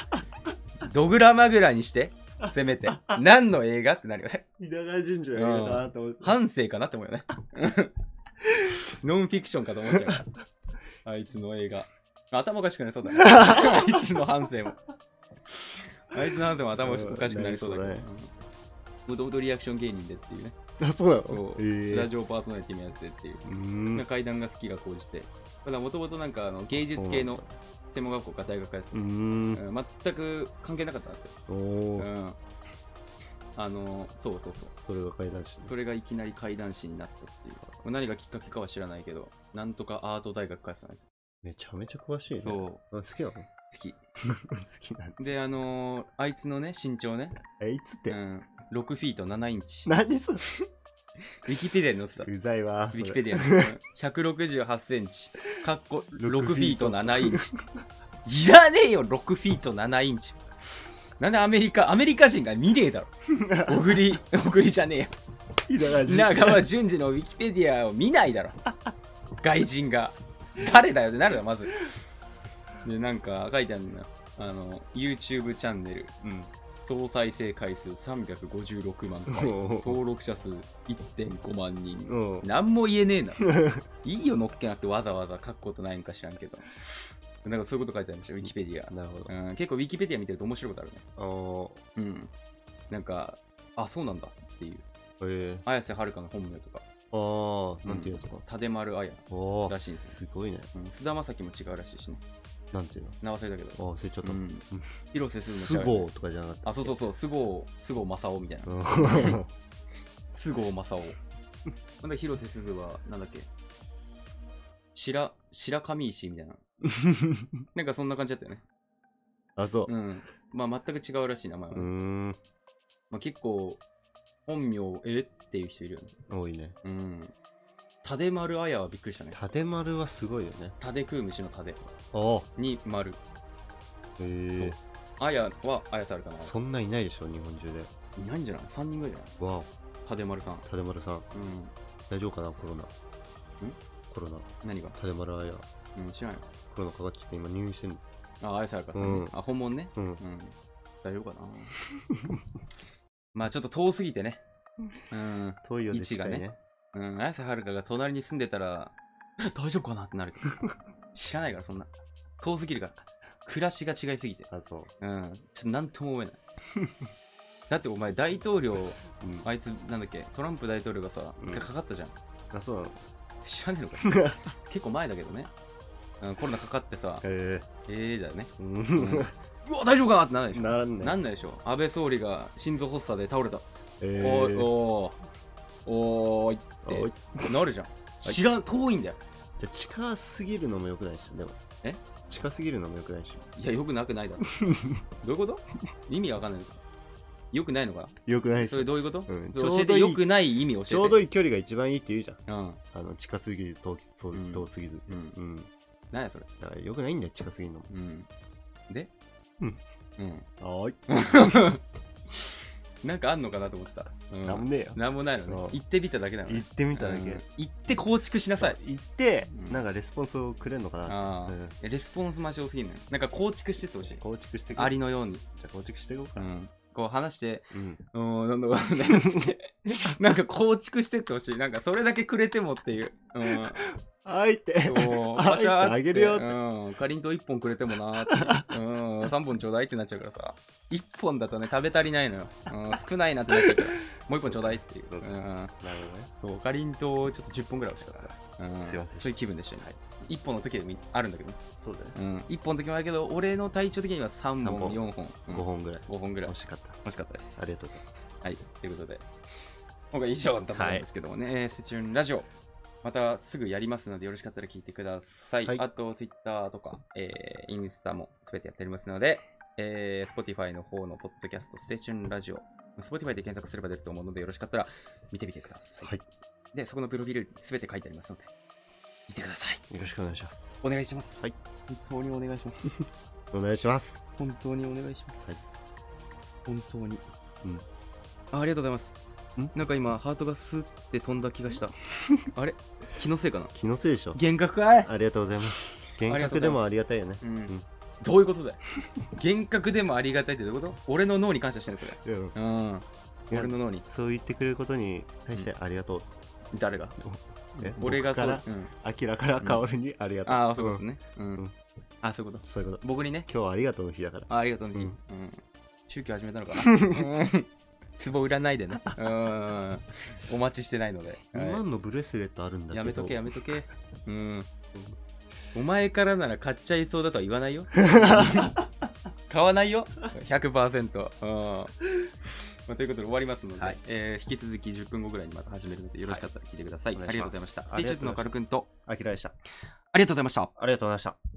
[SPEAKER 3] ドグラマグラにして、せめて。何の映画ってなるよね。
[SPEAKER 1] 稲川淳二の映画かなと思って
[SPEAKER 3] 反省かなって思うよね。ノンフィクションかと思っちゃう。あいつの映画。頭おかしくなりそうだね。あいつの反省も。あいつの反省も頭おかしくなりそうだ
[SPEAKER 1] な
[SPEAKER 3] け
[SPEAKER 1] り
[SPEAKER 3] ど。もともとリアクション芸人でっていうね。
[SPEAKER 1] あそうなの
[SPEAKER 3] そう。
[SPEAKER 1] えー
[SPEAKER 3] ラジオパーソナリティもやってっていう。
[SPEAKER 1] うーん
[SPEAKER 3] 階段が好きが高じて。ただもともとなんかあの芸術系の専門学校か大学かやって
[SPEAKER 1] うーん
[SPEAKER 3] うん全く関係なかったんですよ。
[SPEAKER 1] お
[SPEAKER 3] う
[SPEAKER 1] お
[SPEAKER 3] ん。あの、そうそうそう。
[SPEAKER 1] それが怪談師
[SPEAKER 3] それがいきなり怪談師になったっていうか、まあ何がきっかけかは知らないけど、なんとかアート大学からさんです。
[SPEAKER 1] めちゃめちゃ詳しいね
[SPEAKER 3] そう、
[SPEAKER 1] あ好きなの 好
[SPEAKER 3] 好き。
[SPEAKER 1] きなんです
[SPEAKER 3] で、あのーあいつのね、身長ね、
[SPEAKER 1] えいつっ
[SPEAKER 3] う
[SPEAKER 1] て
[SPEAKER 3] ん、6フィート7インチ。ウ
[SPEAKER 1] 何それ
[SPEAKER 3] ィキペディアに載ってた。ウ
[SPEAKER 1] うざいわそれ
[SPEAKER 3] ィキペディアに。168センチ、かっこ6
[SPEAKER 1] 6
[SPEAKER 3] フィート
[SPEAKER 1] フィート
[SPEAKER 3] 7インチ。いらねえよ、6フィート7インチ。なんでアメリカ、アメリカ人が見ねえだろ。小栗、小栗じゃねえよ。
[SPEAKER 1] 稲川淳
[SPEAKER 3] 稲
[SPEAKER 1] 二
[SPEAKER 3] 川淳二のウィキペディアを見ないだろ外人が誰だよってなるだろまずでなんか書いてあるんだあの YouTube チャンネル
[SPEAKER 1] うん
[SPEAKER 3] 総再生回数356万回
[SPEAKER 1] おうおう
[SPEAKER 3] 登録者数1.5万人
[SPEAKER 1] うん
[SPEAKER 3] 何も言えねえないいよのっけなくてわざわざ書くことないんか知らんけどなんかそういうこと書いてありましたウィキペディア、
[SPEAKER 1] なるほど
[SPEAKER 3] うん、結構ウィキペディア見てると面白いことあるね
[SPEAKER 1] あの
[SPEAKER 3] うんなんかあそうなんだっていう
[SPEAKER 1] え
[SPEAKER 3] 綾瀬はるかの本名とか
[SPEAKER 1] ー、ああなんていうのか
[SPEAKER 3] 立丸綾
[SPEAKER 1] お
[SPEAKER 3] ら
[SPEAKER 1] ー
[SPEAKER 3] しいんですよ
[SPEAKER 1] すごいね
[SPEAKER 3] うん菅田将暉も違うらしいしね
[SPEAKER 1] なんていう
[SPEAKER 3] 名忘れだけど、
[SPEAKER 1] のあ忘れちゃっ
[SPEAKER 3] う
[SPEAKER 1] た
[SPEAKER 3] ん、広瀬すず
[SPEAKER 1] す
[SPEAKER 3] も違うよ
[SPEAKER 1] ご
[SPEAKER 3] ね
[SPEAKER 1] いとかじゃなかった
[SPEAKER 3] あそうそうそう菅生菅生正雄みたいな
[SPEAKER 1] うん
[SPEAKER 3] 菅生正雄なんだ広瀬すずはなんだっけ白白上石みたい ななんかそんな感じだったよね
[SPEAKER 1] あそう
[SPEAKER 3] うんまあ全く違うらしい名前は
[SPEAKER 1] う
[SPEAKER 3] ね、
[SPEAKER 1] ーん
[SPEAKER 3] まあ、結構本名えっていう人いるよね
[SPEAKER 1] 多いね
[SPEAKER 3] うん立丸綾はびっくりしたね
[SPEAKER 1] 縦丸はすごいよね
[SPEAKER 3] 立空虫の立
[SPEAKER 1] ああ
[SPEAKER 3] に丸
[SPEAKER 1] へえ
[SPEAKER 3] 綾は綾瀬あるかな
[SPEAKER 1] そんないないでしょ日本中で
[SPEAKER 3] いないんじゃない ?3 人ぐらいじゃない
[SPEAKER 1] わお
[SPEAKER 3] 立丸さん
[SPEAKER 1] 縦丸さん
[SPEAKER 3] うん
[SPEAKER 1] 大丈夫かなコロナコロナ
[SPEAKER 3] 何が
[SPEAKER 1] 縦丸あや
[SPEAKER 3] うん、知らない
[SPEAKER 1] コロナかかっちゃって今入院してんの
[SPEAKER 3] あ、綾瀬はるかさんね、
[SPEAKER 1] うん
[SPEAKER 3] あ、本物ね。
[SPEAKER 1] うん
[SPEAKER 3] うん。大丈夫かな まあ、ちょっと遠すぎてね。うん。
[SPEAKER 1] 遠いよ
[SPEAKER 3] 位
[SPEAKER 1] ね
[SPEAKER 3] 置
[SPEAKER 1] 近
[SPEAKER 3] が
[SPEAKER 1] い
[SPEAKER 3] ね
[SPEAKER 1] ね
[SPEAKER 3] うん、綾瀬はるかが隣に住んでたら、大丈夫かなってなるけど。知らないから、そんな。遠すぎるから。暮らしが違いすぎて。
[SPEAKER 1] あそう
[SPEAKER 3] うん。ちょっとなんとも思えない。だってお前、大統領、
[SPEAKER 1] うん
[SPEAKER 3] あいつ、なんだっけ、トランプ大統領がさ、一回かかったじゃん。
[SPEAKER 1] あそうなの
[SPEAKER 3] 知らねえのか結構前だけどね。うん、コロナかかってさ、
[SPEAKER 1] へ
[SPEAKER 3] えーだよね。
[SPEAKER 1] え
[SPEAKER 3] うん
[SPEAKER 1] う
[SPEAKER 3] うわ、大丈夫かなってならないでしょ
[SPEAKER 1] んならんね
[SPEAKER 3] なんないでしょ安倍総理が心臓発作で倒れた。
[SPEAKER 1] え
[SPEAKER 3] お
[SPEAKER 1] ー
[SPEAKER 3] ー、おー、おーい
[SPEAKER 1] おい
[SPEAKER 3] ってなるじゃん。知らん、遠いんだよ。
[SPEAKER 1] じゃあ近すぎるのもよくないしでも
[SPEAKER 3] え
[SPEAKER 1] 近すぎるのもよくないし
[SPEAKER 3] いや、よくなくな いだろ。どういうこと意味わかんないのか。よくないのか
[SPEAKER 1] よくない
[SPEAKER 3] な
[SPEAKER 1] し
[SPEAKER 3] それどういうこと、
[SPEAKER 1] うん
[SPEAKER 3] そう
[SPEAKER 1] ちょ
[SPEAKER 3] 教え
[SPEAKER 1] うどい
[SPEAKER 3] て
[SPEAKER 1] い
[SPEAKER 3] よくない意味教えて。
[SPEAKER 1] ちょうど
[SPEAKER 3] い。
[SPEAKER 1] いい距離が一番いいって言うじゃん
[SPEAKER 3] うん。
[SPEAKER 1] あの近すぎず遠きそう
[SPEAKER 3] うん
[SPEAKER 1] 遠すぎず
[SPEAKER 3] う
[SPEAKER 1] う
[SPEAKER 3] ん
[SPEAKER 1] ん
[SPEAKER 3] 何やそれ。
[SPEAKER 1] だからよくないんだよ、近すぎるのも。
[SPEAKER 3] うん。で
[SPEAKER 1] うん。
[SPEAKER 3] うん。
[SPEAKER 1] はーい。
[SPEAKER 3] なんかあんのかなと思ってた。うん
[SPEAKER 1] なんもねえよ。
[SPEAKER 3] なんもないのね
[SPEAKER 1] うん。
[SPEAKER 3] 行ってみただけなのね
[SPEAKER 1] 行。ってみただけ。
[SPEAKER 3] うん行って構築しなさい
[SPEAKER 1] そう。行って
[SPEAKER 3] う、ん
[SPEAKER 1] なんかレスポンスをくれるのかな。
[SPEAKER 3] ああ
[SPEAKER 1] うん
[SPEAKER 3] えレスポンス待ち多すぎんのよなんか構築してってほしい
[SPEAKER 1] 構築していこう
[SPEAKER 3] ありのように、
[SPEAKER 1] じゃあ構築していこう
[SPEAKER 3] う
[SPEAKER 1] か。
[SPEAKER 3] ん、こう話して
[SPEAKER 1] うん。
[SPEAKER 3] うーんなんだかんだ 言ってなんか構築してってほしいなんかそれだけくれてもっていう、うん、
[SPEAKER 1] あい って。
[SPEAKER 3] そう
[SPEAKER 1] あ
[SPEAKER 3] パシャーっつって
[SPEAKER 1] あげるよって
[SPEAKER 3] うん、かりんとう1本くれてもなーってうん3本ちょうだいってなっちゃうからさ1本だとね食べ足りないのよ、うん、少ないなってなっちゃう からもう1本ちょうだいっていう、う
[SPEAKER 1] そうか
[SPEAKER 3] ん、
[SPEAKER 1] なるほどね。
[SPEAKER 3] そうかりんとうちょっと10本ぐらい欲しかった、うん、
[SPEAKER 1] すいません
[SPEAKER 3] そういう気分でしたね、はい、1本の時でもあるんだけどね
[SPEAKER 1] そうだね。
[SPEAKER 3] うん、1本の時もあるけど、俺の体調的には3
[SPEAKER 1] 三
[SPEAKER 3] 本、
[SPEAKER 1] 本
[SPEAKER 3] 4本、うん
[SPEAKER 1] 5本ぐらい。
[SPEAKER 3] 五本ぐらい
[SPEAKER 1] 惜しかった。
[SPEAKER 3] 欲しかったです。
[SPEAKER 1] ありがとうございます。
[SPEAKER 3] はい、ということで、今回以上だったんですけどもね、えーセチュンラジオ、またすぐやりますので、よろしかったら聞いてください。
[SPEAKER 1] はい
[SPEAKER 3] あと、ツイッターとか、えーインスタもすべてやっておりますので、えー、Spotify の方のポッドキャスト、セチュンラジオ、Spotify で検索すれば出ると思うので、よろしかったら見てみてください。
[SPEAKER 1] はい
[SPEAKER 3] で、そこのプロフィールすべて書いてありますので、見てください。
[SPEAKER 1] よろしくお願いします。
[SPEAKER 3] お願いします。
[SPEAKER 1] はい、
[SPEAKER 3] 本当にお願いします。
[SPEAKER 1] お願いします。
[SPEAKER 3] 本当にお願いします。
[SPEAKER 1] はい
[SPEAKER 3] 本当に。
[SPEAKER 1] うん
[SPEAKER 3] あ。ありがとうございます
[SPEAKER 1] ん。
[SPEAKER 3] なんか今、ハートがスーって飛んだ気が した。あれ気のせいかな
[SPEAKER 1] 気のせいでしょ。
[SPEAKER 3] 幻覚かい
[SPEAKER 1] ありがとうございます。幻
[SPEAKER 3] りがとうございま
[SPEAKER 1] 覚
[SPEAKER 3] す
[SPEAKER 1] でもありがたいよね。
[SPEAKER 3] うん。
[SPEAKER 1] ん
[SPEAKER 3] どういうことだよ。幻覚でもありがたいってどういうこと俺の脳に感謝してんのそれ。
[SPEAKER 1] うん。
[SPEAKER 3] うん。
[SPEAKER 1] いや
[SPEAKER 3] 俺の脳に。
[SPEAKER 1] そう言ってくれることに対してありがとう。
[SPEAKER 3] 誰が
[SPEAKER 1] え
[SPEAKER 3] 俺が
[SPEAKER 1] 僕
[SPEAKER 3] そ
[SPEAKER 1] から
[SPEAKER 3] う。うん、
[SPEAKER 1] 明らから薫にありがとう。
[SPEAKER 3] ああ、そうです
[SPEAKER 1] ね。
[SPEAKER 3] ね。うん。
[SPEAKER 1] うん
[SPEAKER 3] あそういうこと。
[SPEAKER 1] そういうこと。
[SPEAKER 3] 僕にね。
[SPEAKER 1] 今日はありがとうの日だから。
[SPEAKER 3] あありがとうね、
[SPEAKER 1] うん
[SPEAKER 3] うん宗教始めたのかな。 うんツボ売らないでね。うん。お待ちしてないので。はい
[SPEAKER 1] 2万のブレスレットあるんだけど
[SPEAKER 3] やめとけやめとけ。うん。お前からなら買っちゃいそうだとは言わない よ。買わないよ。100%。うん。まあ、ということで終わりますので、
[SPEAKER 1] はい
[SPEAKER 3] えー引き続き10分後ぐらいにまた始めるのでよろしかったら聞いてください。
[SPEAKER 1] はい
[SPEAKER 3] ありがとうございました。
[SPEAKER 1] お
[SPEAKER 3] ス
[SPEAKER 1] 願いします
[SPEAKER 3] テイチューズのカル君と
[SPEAKER 1] あきらでした
[SPEAKER 3] ありがとうございました。
[SPEAKER 1] ありがとうございました